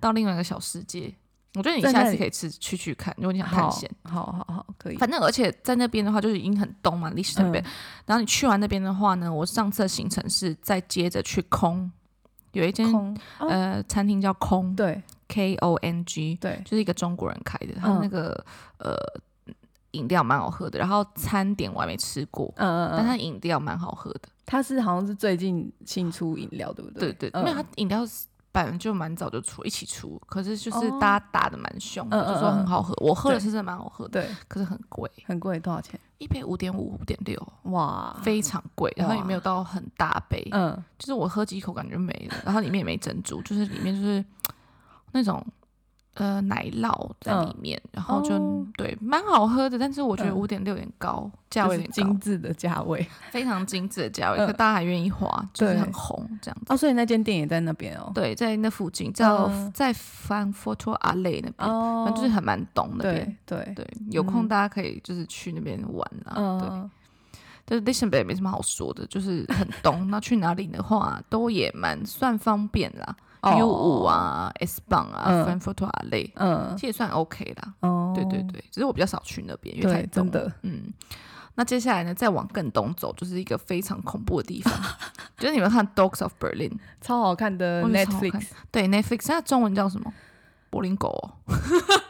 A: 到另外一个小世界。我觉得你
B: 在
A: 下
B: 那
A: 次
B: 里
A: 可以吃去去看，如果你想探
B: 好
A: 险。，
B: 好好好，可以，
A: 反正而且在那边的话，就是已经很东嘛，历史
B: 嗯
A: 那边。然后你去完那边的话呢，我上次的行程是再接着去空，有一间
B: 空，哦
A: 呃餐厅叫空
B: 对
A: K O N G，
B: 对，
A: 就是一个中国人开的，
B: 嗯
A: 他那个、呃饮料蛮好喝的，然后餐点我还没吃过，
B: 嗯嗯
A: 但
B: 嗯，
A: 他饮料蛮好喝的。
B: 它是好像是最近新出饮料，对不
A: 对
B: 对？
A: 对，因
B: 嗯
A: 为他饮料是本来就蛮早就出，一起出，可是就是
B: 哦
A: 大家打的蛮凶的，
B: 嗯嗯
A: 就说很好喝。我喝了
B: 对
A: 是真的蛮好喝的，
B: 对，
A: 可是很贵，
B: 很贵，多少钱？
A: 一杯五点五、五点六，
B: 哇，
A: 非常贵，然后也
B: 啊哇
A: 没有到很大杯，
B: 嗯，
A: 就是我喝几口感觉没了，然后里面也没珍珠，就是里面就是那种呃奶酪在里面，然后就、
B: 嗯哦
A: 对蛮好喝的，但是我觉得
B: 嗯
A: 五点六有点高，价
B: 就
A: 位
B: 是
A: 有点
B: 精
A: 高，
B: 致的价位
A: 非常精致的价位，
B: 嗯
A: 可大家还愿意花，就是
B: 对
A: 很红这样子。
B: 哦，所以那间店也在那边哦。
A: 对，在那附近，叫
B: 嗯
A: 在翻佛托阿累那边，
B: 哦
A: 反正就是很蛮东那边。
B: 对对，
A: 对，有空
B: 嗯
A: 大家可以就是去那边玩啦。对，
B: 嗯，
A: 就是 Listen 北没什么好说的，就是很东。 那去哪里的话，都也蛮算方便啦、
B: 哦
A: u 五，啊、S 棒啊、
B: 嗯
A: Frankfurt 啊类，
B: 嗯，
A: 这也算 OK 啦。
B: 哦，
A: 对对，对，只是我比较少去那边，因为
B: 对
A: 太东
B: 真的
A: 了。嗯，那接下来呢，再往更东走，就是一个非常恐怖的地 方，就是你们看《Dogs of Berlin》，
B: 超好看的
A: 我觉得超好看
B: Netflix。
A: 对 Netflix，它中文叫什么？柏林狗、哦，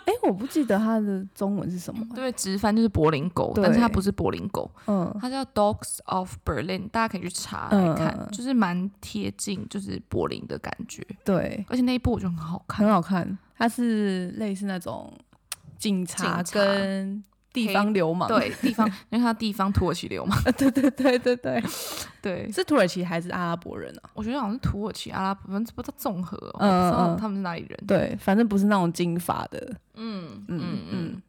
B: 哎，我不记得它的中文是什么。
A: 对，直翻就是柏林狗，
B: 对
A: 但是它不是柏林狗，
B: 嗯，
A: 它叫 Dogs of Berlin，大家可以去查来看，
B: 嗯
A: 就是蛮贴近就是柏林的感觉，
B: 对，
A: 而且那一部我觉得很好看，
B: 很好看。它是类似那种警察
A: 警察
B: 跟地
A: 黑
B: 方流氓。
A: 对，地方，因为它地方土耳其流嘛，
B: 对对对对对，
A: 对，
B: 是土耳其还是阿拉伯人啊？
A: 我觉得好像是土耳其、阿拉伯，反正不知道综合、哦，
B: 嗯
A: 我不知道
B: 嗯
A: 他们是哪里人，
B: 对，反正不是那种金发的。
A: 嗯
B: 嗯
A: 嗯嗯
B: 嗯，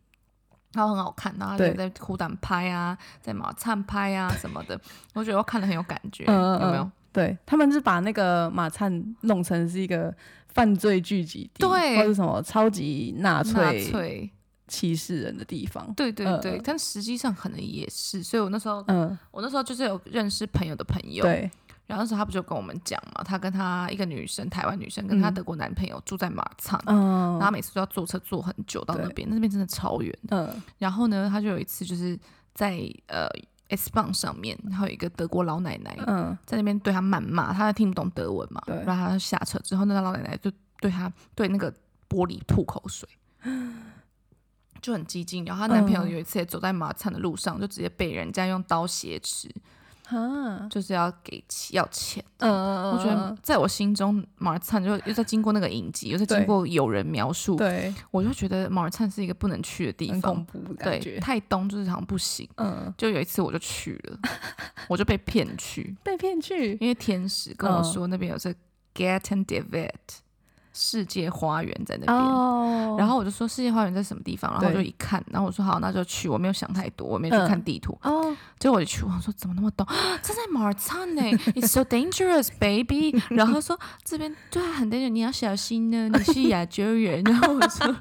A: 然后很好看，然后他就
B: 对
A: 在苦胆拍啊，在马灿拍啊什么 的，我觉得我看了很有感觉，
B: 嗯嗯
A: 有没
B: 嗯
A: 有？
B: 对他们是把那个马灿弄成是一个犯罪聚集地，
A: 对
B: 或者什么超级纳
A: 纳
B: 粹
A: 粹，
B: 歧视人的地方。
A: 对对
B: 嗯
A: 对，
B: 嗯
A: 但实际上可能也是，所以我那时候，
B: 嗯，
A: 我那时候就是有认识朋友的朋友，
B: 对，
A: 然后那时候他不就跟我们讲嘛，他跟他一个女生，台湾女生跟她
B: 嗯
A: 德国男朋友住在马场，
B: 嗯
A: 然后每次都要坐车坐很久到那
B: 对
A: 边，那边真的超远。
B: 嗯
A: 然后呢，他就有一次就是在呃 S 棒上面，然后有一个德国老奶奶
B: 嗯，
A: 在那边对他谩骂，他听不懂德文嘛，
B: 对
A: 然后他下车之后，那个老奶奶就对他对那个玻璃吐口 水，就很激进。然后她男朋友
B: 嗯
A: 有一次也走在马场的路上，就直接被人家用刀挟持，
B: 哈，
A: 就是要给钱要钱。
B: 嗯嗯，
A: 我觉得在我心中，马尔灿就又在经过那个影集，又在经
B: 对
A: 过有人描述，
B: 对，
A: 我就觉得马尔灿是一个不能去的地
B: 很恐
A: 方，
B: 怖的感
A: 对，
B: 觉。
A: 太东就是好像不行。
B: 嗯，
A: 就有一次我就去了，我就被骗去，
B: 被骗去
A: 因为天使跟我
B: 嗯
A: 说那边有这 Get and d e v i t 世界花园在那边。
B: 哦
A: 然后我就说世界花园在什么地方，然后我就
B: 对
A: 一看，然后我说好，那就去。我没有想太多，我没有去
B: 嗯
A: 看地图。
B: 哦，
A: 结果我就去，我想说怎么那么懂？这在马尔赞呢，It's so dangerous, baby。然后说这边对啊，很 dangerous，你要小心呢，你是亚洲人。然后我说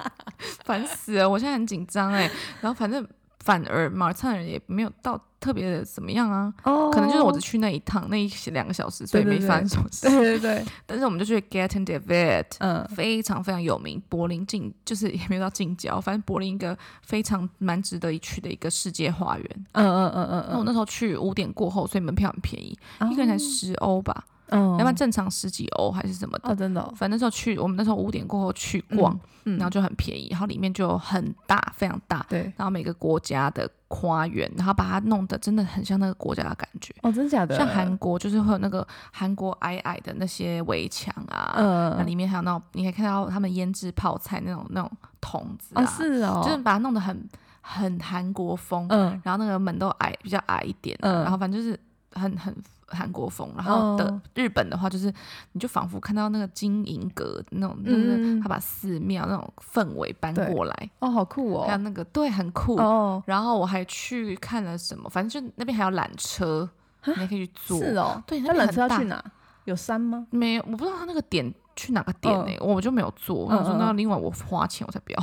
A: 烦死了，我现在很紧张哎。然后反正反而马尔赞人也没有到特别的怎么样啊，
B: 哦
A: 可能就是我只去那一趟那一两个小时，所以
B: 对
A: 没
B: 对
A: 发生什么事。
B: 对对对，
A: 但是我们就去 Get and David，
B: 嗯，
A: 非常非常有名，柏林近就是也没有到近郊，反正柏林一个非常蛮值得一去的一个世界花园。
B: 嗯嗯嗯嗯
A: 那我那时候去五点过后，所以门票很便宜，
B: 嗯，
A: 一个人才十欧吧，
B: 嗯，
A: 要不然正常十几欧还是什么的。
B: 哦，真的哦
A: 反正那时候去，我们那时候五点过后去逛，，
B: 嗯嗯
A: 然后就很便宜，然后里面就很大，非常大，
B: 对，
A: 然后每个国家的花园，然后把它弄得真的很像那个国家的感觉，
B: 哦，真假的，
A: 像韩国就是会有那个韩国矮矮的那些围墙啊，那
B: 嗯，
A: 里面还有那种，你可以看到他们腌制泡菜那种那种桶子啊，
B: 哦是哦，
A: 就是把它弄得很很韩国风，
B: 嗯
A: 然后那个门都矮，比较矮一点啊、
B: 嗯
A: 然后反正就是很很韩国风。然后的、
B: 哦
A: 日本的话，就是你就仿佛看到那个金银阁那种，就是
B: 嗯
A: 他把寺庙那种氛围搬
B: 对
A: 过来，
B: 哦，好酷
A: 还有
B: 哦，
A: 那个对，很酷。
B: 哦，
A: 然后我还去看了什么，反正就那边还有缆车，你还可以去坐。
B: 啊是哦，
A: 对那
B: 那
A: 边
B: 缆车
A: 很
B: 要
A: 大
B: 去哪？有山吗？
A: 没有，我不知道他那个点去哪个点呢、
B: 嗯
A: 我就没有做。我想说
B: 嗯嗯
A: 那另外我花钱我才不要，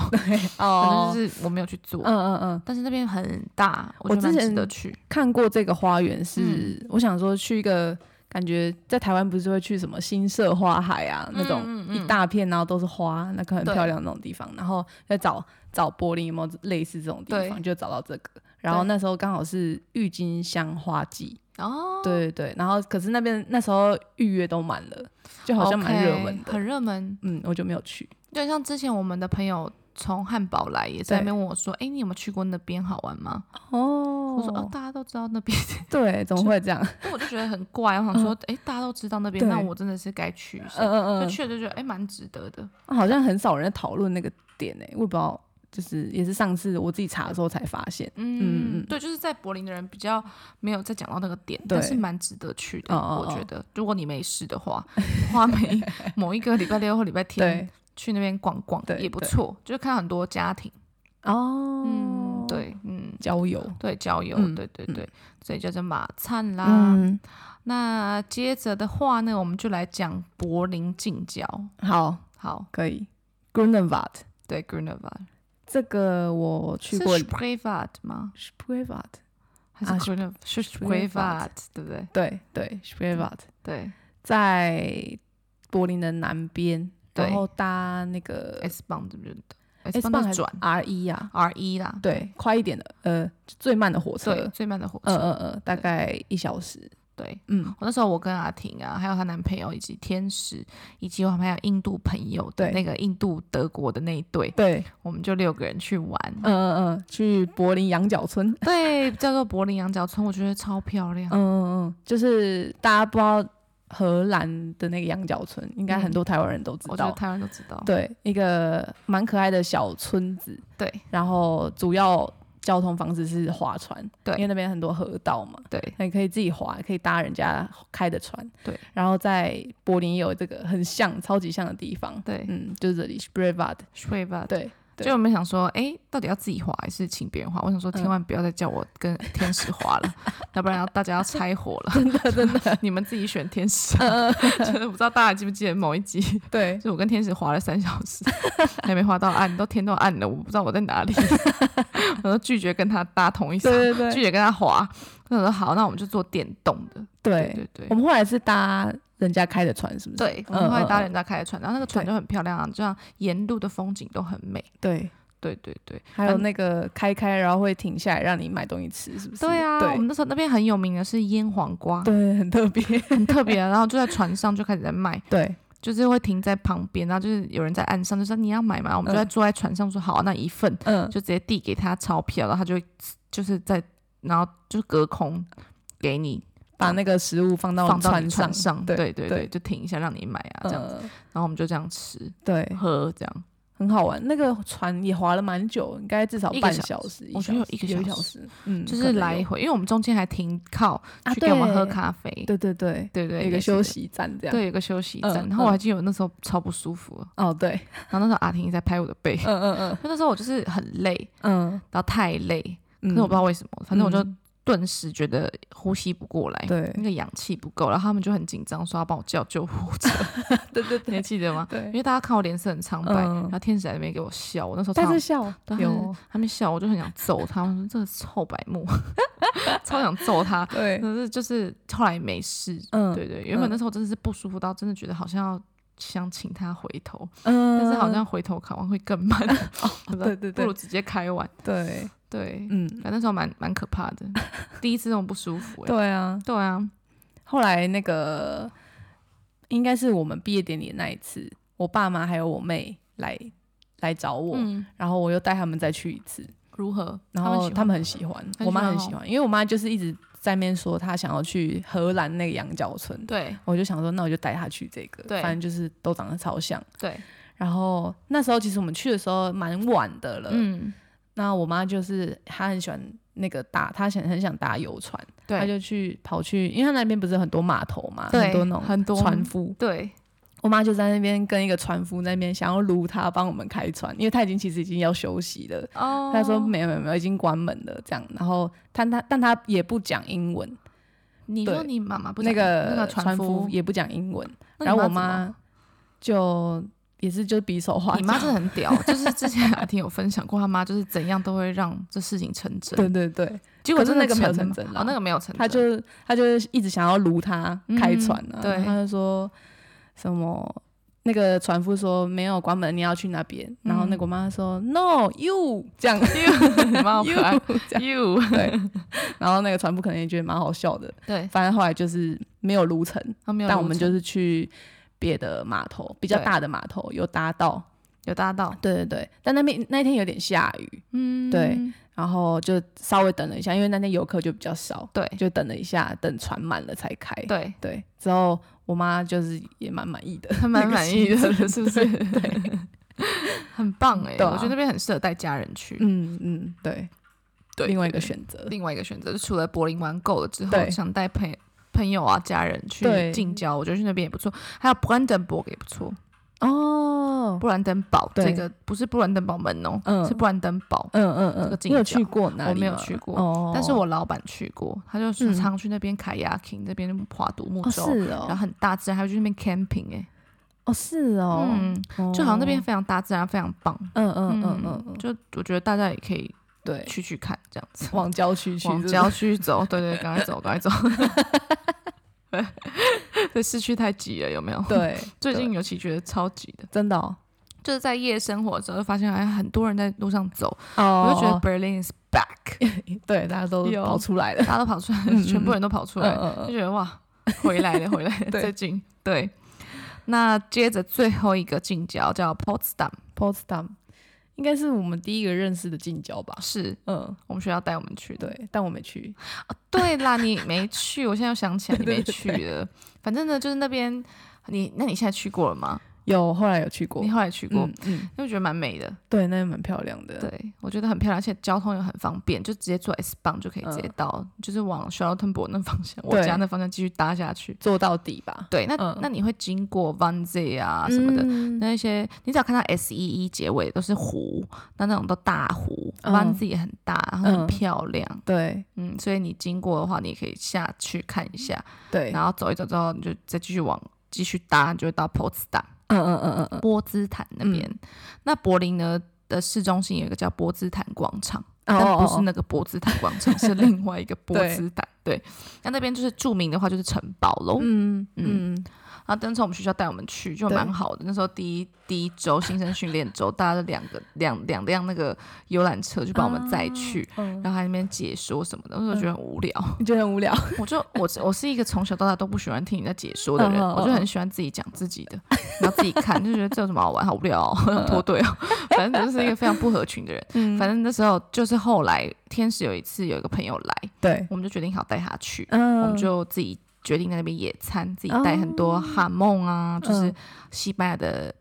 B: 哦
A: 反正就是我没有去做。
B: 嗯嗯嗯，
A: 但是那边很大，我
B: 我
A: 觉得蛮
B: 之
A: 值
B: 前
A: 得去。
B: 看过这个花园是，
A: 嗯
B: 我想说去一个感觉在台湾不是会去什么新社花海啊、那
A: 嗯
B: 种
A: 嗯
B: 一大片，然后都是花，那个很
A: 对
B: 漂亮那种地方，然后再找找柏林有没有类似这种地
A: 对
B: 方，就找到这个。然后那时候刚好是郁金香花季，
A: 哦，
B: 对对对，然后可是那边那时候预约都满了，就好像蛮热门
A: OK，
B: 的。
A: 很热门。
B: 嗯，我就没有去。
A: 对，像之前我们的朋友从汉堡来，也在那
B: 对
A: 边问我说：“哎，你有没有去过那边？好玩吗？”
B: 哦
A: 我说：“哦，大家都知道那 边。
B: 对，怎么会这样？”
A: 我就觉得很怪，我想说：“哎，大家都知道那边，
B: 嗯对
A: 那我真的是该去一下。
B: 嗯”嗯
A: 就
B: 嗯
A: 去了就觉得哎，蛮值得的。
B: 嗯，好像很少人在讨论那个点欸诶、我也不知道，就是也是上次我自己查的时候才发现。嗯
A: 嗯
B: 嗯，
A: 对，就是在柏林的人比较没有再讲到那个点，但
B: 对
A: 是蛮值得去的。
B: 哦
A: 我
B: 哦
A: 觉
B: 哦
A: 得，如果你没事的话， 花每某一个礼拜六或礼拜天
B: 对，
A: 去那边逛逛
B: 对
A: 也不
B: 对
A: 错，就是看很多家庭。
B: 哦，
A: 嗯，，对，嗯，
B: 郊游，
A: 对，郊游，
B: 嗯
A: 对对
B: 嗯
A: 对，所以叫做马灿啦。
B: 嗯，
A: 那接着的话呢，我们就来讲柏林近郊。
B: 好，
A: 好，
B: 可以。Grunewald
A: 对 g r u n e w a
B: 这个我
A: d
B: 去
A: 是
B: 过
A: s p r e v a d 吗？
B: s p r e w a d
A: 还是
B: 啊
A: g r u n e w 是 s p r e v a
B: Spreewald
A: d 对不对？
B: 对对 s p r e w a d
A: 对
B: 在柏林的南边，
A: 对
B: 然后搭那个
A: ，S 棒对不对？S
B: 呃 S
A: 棒
B: 还
A: 是
B: 是
A: 转
B: R 一啊，
A: R 一啦，
B: 对，快一点的，呃，最慢的火车，
A: 对，最慢的火
B: 嗯
A: 车。
B: 嗯嗯，大概一小时，
A: 对
B: 嗯，
A: 我那时候我跟阿婷啊，还有她男朋友以及天使，以及我们还有印度朋友的
B: 对
A: 那个印度德国的那一对，
B: 对，
A: 我们就六个人去玩。
B: 嗯嗯嗯，去柏林羊角村，
A: 对，叫做柏林羊角村，我觉得超漂亮
B: 嗯。嗯嗯，就是大家不知道荷兰的那个羊角村，应该很多台湾人都知
A: 我觉
B: 道
A: 得，台湾都知道。
B: 对，一个蛮可爱的小村子，
A: 对
B: 然后主要交通方式是划船，
A: 对
B: 因为那边很多河道嘛，
A: 对
B: 那你可以自己划，可以搭人家开的船，
A: 对，
B: 然后在柏林也有这个很像、超级像的地方，
A: 对
B: 嗯，就是这里 s p r e v a d
A: 睡吧。
B: 对，对
A: 就我们想说，哎，到底要自己滑还是请别人滑？我想说，
B: 嗯
A: 千万不要再叫我 跟天使滑了，要不然要大家要拆伙了。
B: 真的真的，
A: 你们自己选天使啊，
B: 嗯
A: 就是我不知道大家记不记得某一集，
B: 对
A: 就，是我跟天使滑了三小时，还没滑到岸，都天都暗了，我不知道我在哪 里，我都拒绝跟他搭同一艘，
B: 对对
A: 拒
B: 对
A: 绝跟他滑。我说好，那我们就做电动的。对
B: 对，
A: 对对
B: 我。们后来是搭人家开的船，是不是？
A: 对，我
B: 嗯
A: 们后来
B: 嗯
A: 搭
B: 嗯
A: 人家开的船，然后那个船
B: 对
A: 就很漂亮啊，这样沿路的风景都很美。
B: 对，
A: 对对对，
B: 还有那个开开，然后会停下来让你买东西吃，是不是？
A: 对啊，我们
B: 对
A: 那时候那边很有名的是腌黄瓜，
B: 对，很 特别。
A: 很特别啊。然后就在船上就开始在卖，
B: 对
A: 就是会停在旁边，然后就是有人在岸上就说你要买吗？我们就在坐在船上说好啊，那一份
B: 嗯，
A: 就直接递给他钞票，然后他就会就是在然后就隔空给你
B: 把那个食物放到
A: 放到你
B: 船
A: 船上，
B: 对
A: 对对
B: 对
A: 就停一下让你买啊这样子，
B: 嗯哎
A: 然后我们就这样吃
B: 对，
A: 喝这样，
B: 很好玩。那个船也划了蛮久，应该至少
A: 一个
B: 半
A: 小
B: 小时，
A: 我觉得有
B: 一
A: 一个
B: 小有
A: 小
B: 小时，嗯，
A: 就
B: 可
A: 是
B: 能
A: 来
B: 有，
A: 回，因为我们中间还停靠
B: 啊
A: 去给我们
B: 对
A: 喝咖啡，
B: 对对对，
A: 对对，
B: 有一个
A: 类似
B: 休
A: 的，
B: 息站这样。
A: 对，有一个休息站。
B: 嗯
A: 然后我
B: 嗯
A: 还记得我那时候超不舒服了，
B: 哦，对，
A: 然后那时候阿婷一直在拍我的背，
B: 嗯嗯嗯
A: 就那时候我就是很累，
B: 嗯，
A: 然后太累，可
B: 嗯
A: 是我不知道为什么，反正我就哎
B: 嗯
A: 顿时觉得呼吸不过来，
B: 对
A: 那个氧气不够，然后他们就很紧张，说要帮我叫救护车，
B: 对对
A: 你还
B: 对
A: 记得吗？因
B: 对，
A: 为大家看我脸色很苍白，
B: 嗯
A: 然后天使还在那边给我笑，我那时候
B: 但
A: 超
B: 是笑啊
A: 对他们
B: 有
A: 他们笑，我就很想揍他们，我说这个臭白目， 超想揍他。
B: 对，
A: 可是就是后来没事，
B: 嗯
A: 对对，原本
B: 嗯
A: 那时候真的是不舒服到真的觉得好像要想请他回头，
B: 嗯，哦
A: 但是好像回头考完会更 慢，我说
B: 对对对
A: 不如直接开完。
B: 对，
A: 对，
B: 嗯，
A: 反正那时候蛮蛮可怕的，第一次那种不舒服、欸。
B: 对啊。
A: 对啊，
B: 后来那个应该是我们毕业典礼那一次，我爸妈还有我妹来来找我，
A: 嗯，
B: 然后我又带他们再去一次，
A: 如何？
B: 然后
A: 他
B: 他
A: 们
B: 们很喜欢，
A: 欢
B: 我妈很
A: 哦
B: 喜欢，因为我妈就是一直在面说她想要去荷兰那个羊角村
A: 喜欢，对
B: 我就想说那我就带她去这个，
A: 对
B: 反正就是都长得超像。
A: 对，
B: 然后那时候其实我们去的时候蛮晚的了，
A: 嗯，
B: 那我妈就是她很喜欢那个搭，她想很想搭游船，她
A: 对
B: 就去跑去，因为她那边不是很多码头嘛，
A: 对
B: 很多那种
A: 很多
B: 船夫，
A: 对
B: 我妈就在那边跟一个船夫那边想要撸他帮我们开船，因为他已经其实已经要休息了。
A: 哦，
B: 他说没有没有没有，已经关门了这样。然后但他但他也不讲英文，
A: 你说
B: 对
A: 你妈妈不
B: 那
A: 讲
B: 个
A: 那个
B: 船
A: 夫，
B: 也不讲英文。
A: 那你
B: 然后我
A: 怎么
B: 妈就也是就比手画脚，
A: 你妈真的很屌，就是之前阿婷有分享过，她妈就是怎样都会让这事情成真。
B: 对对对，
A: 结果真的
B: 可是那个没有成
A: 吗
B: 真啦
A: 哦，那个没有成真。
B: 他就他就一直想要撸他开船
A: 嗯
B: 啊，
A: 对
B: 然后他就说什么。那个船夫说没有关门，你要去那边。然
A: 嗯
B: 后那个我妈说、No you 这样
A: you，你妈好可
B: you
A: 爱
B: 这样。
A: you，
B: 对，然后那个船夫可能也觉得蛮好笑的。
A: 对，
B: 反正后来就是没有撸成，
A: 她没有入城，
B: 但我们就是去别的码头，比较
A: 对
B: 大的码头有搭到。
A: 有搭到，
B: 对对对，但那边那天有点下雨，
A: 嗯，
B: 对然后就稍微等了一下，因为那天游客就比较少，
A: 对
B: 就等了一下，等船满了才开。
A: 对，
B: 对，之后我妈就是也蛮满 意的，
A: 她蛮满意的
B: 那个行，程
A: 是不是？
B: 对，
A: 很棒哎，
B: 对啊
A: 我觉得那边很适合带家人去。
B: 嗯嗯，对，
A: 对
B: 另外一
A: 对
B: 个选择，
A: 另外一个选择，就除了柏林玩够了之后，
B: 对
A: 想带朋朋友啊、家人
B: 对
A: 去近郊，我觉得去那边也不错。还有布兰登堡也不错，
B: 哦，
A: 布兰登堡
B: 对
A: 这个不是布兰登堡门哦，
B: 嗯
A: 是布兰登堡。
B: 嗯嗯嗯
A: 这个，
B: 你
A: 近
B: 有
A: 郊
B: 去过哪里吗？
A: 我没有去过
B: 哦，
A: 但是我老板去过，他就
B: 嗯
A: 是常去那边凯亚 king 这边划独木
B: 哦
A: 舟，啊
B: 是
A: 然后
B: 哦，
A: 很大自然，还有去那边 camping 哎、
B: 哦是哦，
A: 嗯，
B: 哦
A: 就好像那边非常大自然，非常棒。
B: 嗯嗯嗯嗯嗯，
A: 就我觉得大家也可以
B: 对，
A: 去去看这样子，
B: 往郊区去，
A: 往
B: 是不是
A: 郊区走，对对，赶快走，赶快走。 对，市区太挤了，有没有？，
B: 对，
A: 最近尤其觉得超挤的，
B: 真的哦，
A: 就是在夜生活的时候，就发现好像很多人在路上走，我
B: 我
A: 就觉得 Berlin is back，
B: 对，大家都
A: 哦有
B: 跑出来了，
A: 大家都跑出来
B: 嗯嗯，
A: 全部人都跑出来，
B: 嗯嗯
A: 就觉得哇，回来了，回来了，
B: 对
A: 最近对。那接着最后一个近郊叫 Potsdam，
B: Potsdam 应该是我们第一个认识的近郊吧，
A: 是
B: 嗯，
A: 我们学校带我们去的。
B: 对，但我没去，
A: 啊对啦，你没去，我现在又想起来你
B: 对
A: 没
B: 对
A: 去了。反正呢，就是那边，你那你现在去过了吗？
B: 有后来有去过
A: 你，后来去过，
B: 嗯嗯，
A: 因为我觉得蛮美的。
B: 对，那边蛮漂亮的，
A: 对，我觉得很漂亮，而且交通又很方便，就直接坐
B: 嗯
A: S 棒就可以直接到，就是往 Charlottenburg 那方向，我
B: 对
A: 家那方向继续搭下去。
B: 做到底吧，
A: 对，那、
B: 嗯
A: 那你会经过 Van Z 啊什么的，
B: 嗯
A: 那一些你只要看到 S E E 结尾都是湖，那那种都大湖、
B: 嗯
A: v a n Z 也很大，然后
B: 嗯
A: 很漂亮，
B: 对
A: 嗯，所以你经过的话，你也可以下去看一下，
B: 对，
A: 然后走一走之后，你就再继续往继续搭，你就会到 Potsdam
B: 嗯嗯嗯嗯嗯，
A: 波兹坦那边。那柏林呢的市中心有一个叫波兹坦广
B: 哦
A: 场，但不是那个波兹坦广场，是另外一个波兹坦。对，那那边就是著名的话就是城堡喽。
B: 嗯嗯，
A: 然后当时我们学校带我们去，就
B: 对
A: 蛮好的。那时候第一第一周新生训练周，大家就两个两两辆那个游览车就把我们载去。
B: 嗯，
A: 然后还在那边解说什么的，我就觉得很无聊。
B: 你觉得很无聊，
A: 我就我我是一个从小到大都不喜欢听人家解说的人，
B: 嗯嗯嗯
A: 我就很喜欢自己讲自己的，然后自己看，就觉得这有什么好玩，好无聊、 哦，好像脱队哦。反正就是一个非常不合群的人。
B: 嗯
A: 反正那时候就是后来天使有一次有一个朋友来，
B: 对，
A: 我们就决定好带他去，
B: 嗯哦
A: 我们就自己决
B: 嗯
A: 定在那边野餐，自己带很多哈梦啊，就是西班牙的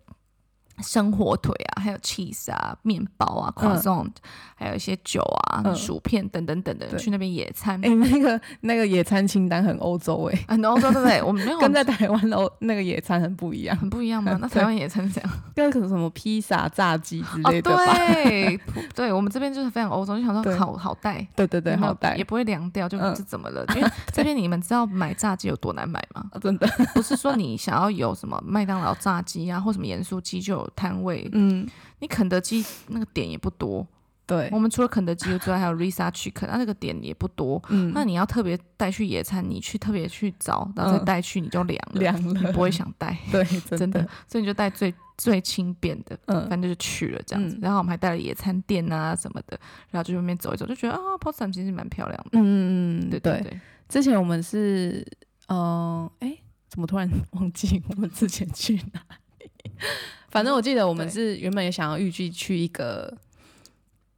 A: 生火腿啊，还有 cheese 啊、面包啊、
B: 嗯
A: croissant，、还有一些酒啊、
B: 嗯
A: 薯片等等等等，
B: 对
A: 去那边野餐。
B: 哎、那个那个野餐清单很欧洲哎、
A: 很多欧啊哦洲对不对？我们没有
B: 跟在台湾的欧那个野餐很不一样，
A: 很不一样吗？那台湾野餐是这样
B: 跟什么披萨、炸鸡之
A: 哦，
B: 类的吧？
A: 对，普对我们这边就是非常欧洲，就想说
B: 对
A: 好好带，
B: 对对对，
A: 有没有
B: 好带
A: 也，不会凉掉，就
B: 嗯
A: 是怎么了？ 因为这边你们知道买炸鸡有多难买吗？
B: 真的，
A: 不是说你想要有什么麦当劳炸鸡啊，或什么盐酥鸡就有摊位，
B: 嗯，
A: 你肯德基那个点也不多。
B: 对
A: 我，们除了肯德基之外，还有 Risa Chicken，那那个点也不多。
B: 嗯，
A: 那你要特别带去野餐，你去特别去找，然后再
B: 嗯
A: 带去，你就凉了，
B: 凉
A: 你
B: 了，
A: 不会想带，
B: 对，
A: 真
B: 真
A: 的，。所以你就带最最轻便的，
B: 嗯，
A: 反正就去了这样子
B: 嗯。
A: 然后我们还带了野餐垫啊什么的，然后就外面走一走，就觉得啊 p o t s d a m 其实蛮漂亮的。
B: 嗯嗯嗯，
A: 对
B: 对
A: 对
B: 对。
A: 对，
B: 之前我们是，嗯、诶哎、怎么突然忘记 我们之前去哪里？ 反正我记得我们
A: 对
B: 是原本也想要预计去一个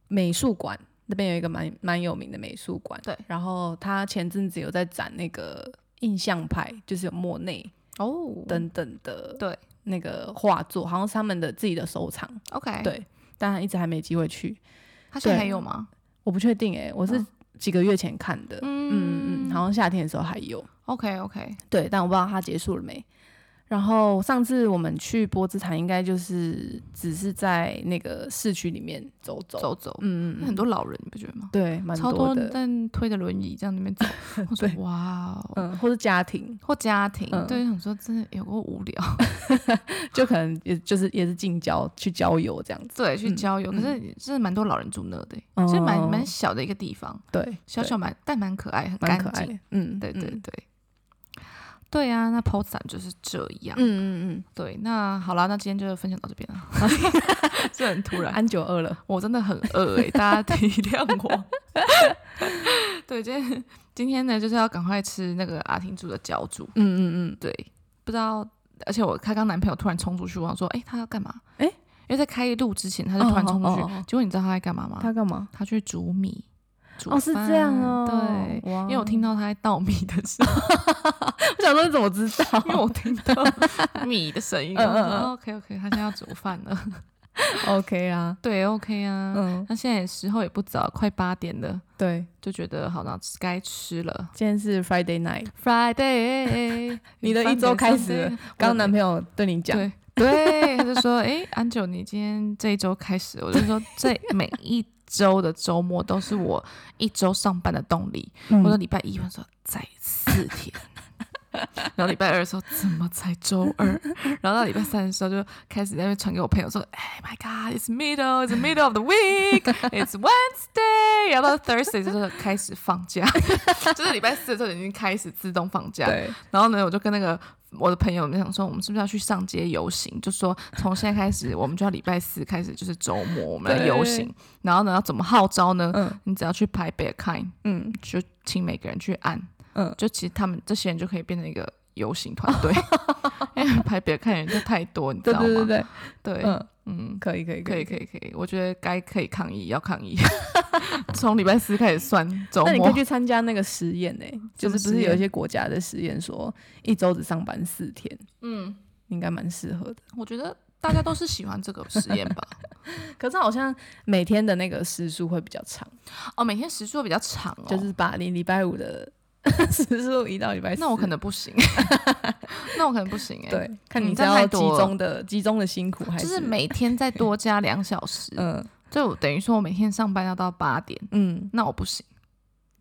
B: 美术馆，那边有一个蛮蛮有名的美术馆。
A: 对
B: 然后他前阵子有在展那个印象派，就是有莫内
A: 哦，
B: 等等的，
A: 对，
B: 那个画作好像是他们的自己的收藏，
A: OK，，
B: 对，但一直还没机会去，
A: 他现在
B: 对
A: 还有吗？
B: 我不确定哎、我是
A: 嗯
B: 几个月前看的，嗯嗯嗯，好像夏天的时候还有，
A: OK OK，
B: 对，但我不知道它结束了没。然后上次我们去波兹坦，应该就是只是在那个市区里面走走，
A: 走走，
B: 嗯嗯，
A: 很多老人你不觉得吗？
B: 对，蛮
A: 超多
B: 的，
A: 但推着轮椅这样那 边走，我说
B: 对
A: 哇哦，
B: 嗯，或是家庭，
A: 或家庭，
B: 嗯
A: 对，想说真的有够无聊，
B: 就可能也就是也是近郊去郊游这样子，
A: 对，去
B: 嗯
A: 郊游，可是真的蛮多老人住那的欸，其实蛮蛮小的一个地方，
B: 对，
A: 小
B: 对
A: 小蛮但蛮可爱，很干
B: 蛮可爱
A: 净，
B: 的，嗯，
A: 对对
B: 嗯
A: 对。对啊，那 p o s t 就是这样。
B: 嗯嗯
A: 对，那好啦，那今天就分享到这 边了。这很突
B: 嗯，
A: 然，
B: 安久饿了，
A: 我真的很饿哎、大家体谅我。 对，今天今天呢，就是要赶快吃那个阿婷煮的脚煮。
B: 嗯嗯嗯，
A: 对，不知道，而且我她刚男朋友突然冲出去，我想说，哎、他要干嘛？
B: 诶
A: 因为在开路之前，他就突然冲出去。
B: 哦哦哦哦
A: 结果你知道他在干嘛吗？
B: 他干嘛？
A: 他去煮米。煮
B: 哦，是这样
A: 饭
B: 哦，
A: 对。
B: 哇，
A: 因为我听到他在倒米的声音，
B: 我想说你怎么知道？
A: 因 为我听到米的声音，
B: 嗯嗯嗯
A: OK OK，他现在要煮饭了，
B: OK 啊，
A: 对 OK 啊，
B: 嗯，
A: 那现在也时候也不早，快八点了，
B: 对，
A: 就觉得好了，该吃了。
B: 今天是 Friday night，
A: Friday，
B: 你的一周开始
A: Sunday，
B: 了刚
A: 我
B: 刚男朋友对你讲，
A: 对对，他就说：“哎、安九，你今天这一周开始，我就说这每一周的周末都是我一周上班的动力。
B: 嗯
A: 我说礼拜一，我说再四 天。然后礼拜二的时候，怎么才周二？然后到礼拜三的时候，就开始在那边传给我朋友说哎 my God, it's middle, it's middle of the week, it's Wednesday。”然 后到 Thursday 就是开始放假， 就是礼拜四的时候已经开始自动放假。
B: 对，
A: 然后呢，我就跟那个我的朋友们想说，我们是不是要去上街游行？就说从现在开始，我们就要礼拜四开始就是周末，我们来游行。然后呢，要怎么号召呢？
B: 嗯
A: 你只要去排 b e k i n
B: 嗯，
A: 就请每个人去按，
B: 嗯
A: 就其实他们这些人就可以变成一个游行团 队，因为排 b e k i n 人就太多，你知
B: 对
A: 道吗？
B: 对对对，
A: 对
B: 嗯，
A: 嗯。
B: 可以可以
A: 可以
B: 以。
A: 可以可以，我觉得该可以抗议，要抗议。 从礼拜四开始算周
B: 那你可
A: 末
B: 以，去参加那个实验呢、
A: 什
B: 就
A: 么实
B: 是
A: 验
B: 不是有一些国家的实验说一周只上班四天，
A: 嗯，
B: 应该蛮适合的。
A: 我觉得大家都是喜欢这个实验 吧。
B: 可是好像每天的那个时数会比较长，
A: 哦，每天时数比较长哦，
B: 就是把你礼拜五的 时数移到礼拜四。
A: 那我可能不 行，那我可能不行哎、
B: 对，看
A: 嗯
B: 你
A: 这
B: 是
A: 样太
B: 要集
A: 多了
B: 中的集中的辛苦还
A: 就是每天再多加两小时，
B: 嗯
A: 就等于说我每天上班要到八点，
B: 嗯，
A: 那我不行，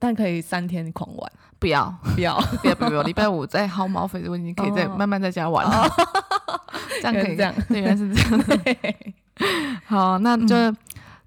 B: 但可以三天狂玩，
A: 不要，
B: 不要
A: 不要，不要不要，礼拜五再薅毛肥，我已经可以再
B: 哦
A: 慢慢在家玩了， 这样可以
B: 原来是这样嗯
A: 对，原来是这 样。好，那就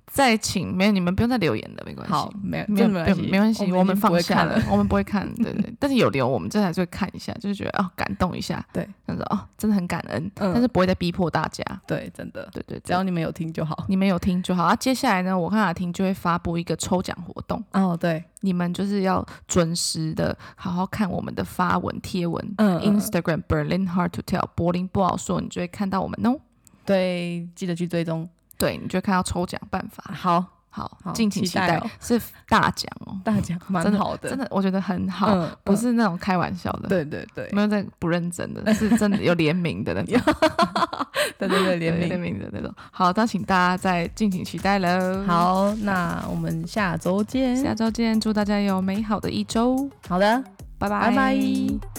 A: 再请，没有你们不用再留言了，没关系。
B: 好，没有
A: 没有
B: 这没关系，
A: 没关系，我们
B: 们已经不
A: 放
B: 会
A: 下
B: 看
A: 了，我们不会看，对 对。但是有留，我们这还是会看一下，就是觉得哦，感动一下，
B: 对，
A: 那种哦，真的很感恩，
B: 嗯
A: 但是不会再逼迫大家，
B: 对，真的，
A: 对对
B: 只
A: 对。
B: 要你们有听就好。
A: 你们有听就好啊！接下来呢，我看阿婷就会发布一个抽奖活动，
B: 哦，对，
A: 你们就是要准时的好好看我们的发文贴文、
B: 嗯嗯嗯
A: i n s t a g r a m Berlin Hard to Tell 柏林不好说，你就会看到我们哦。
B: 对，记得去追踪。
A: 对，你就会看到抽奖办法。
B: 好，
A: 好，
B: 好
A: 敬请期
B: 期待哦
A: 是大奖哦，
B: 大家蛮
A: 真的
B: 好的，
A: 真的我觉得很好，
B: 嗯，
A: 不
B: 嗯，
A: 是那种开玩笑的，
B: 对对对
A: 没，有在不认真的，是真的有联名的那种。
B: 对对对，联
A: 对
B: 名
A: 联。名的那种。好，那请大家再敬请期待喽。，
B: 好，那我们下周见。
A: 下周见，祝大家有美好的一周，
B: 好的，
A: 拜
B: 拜拜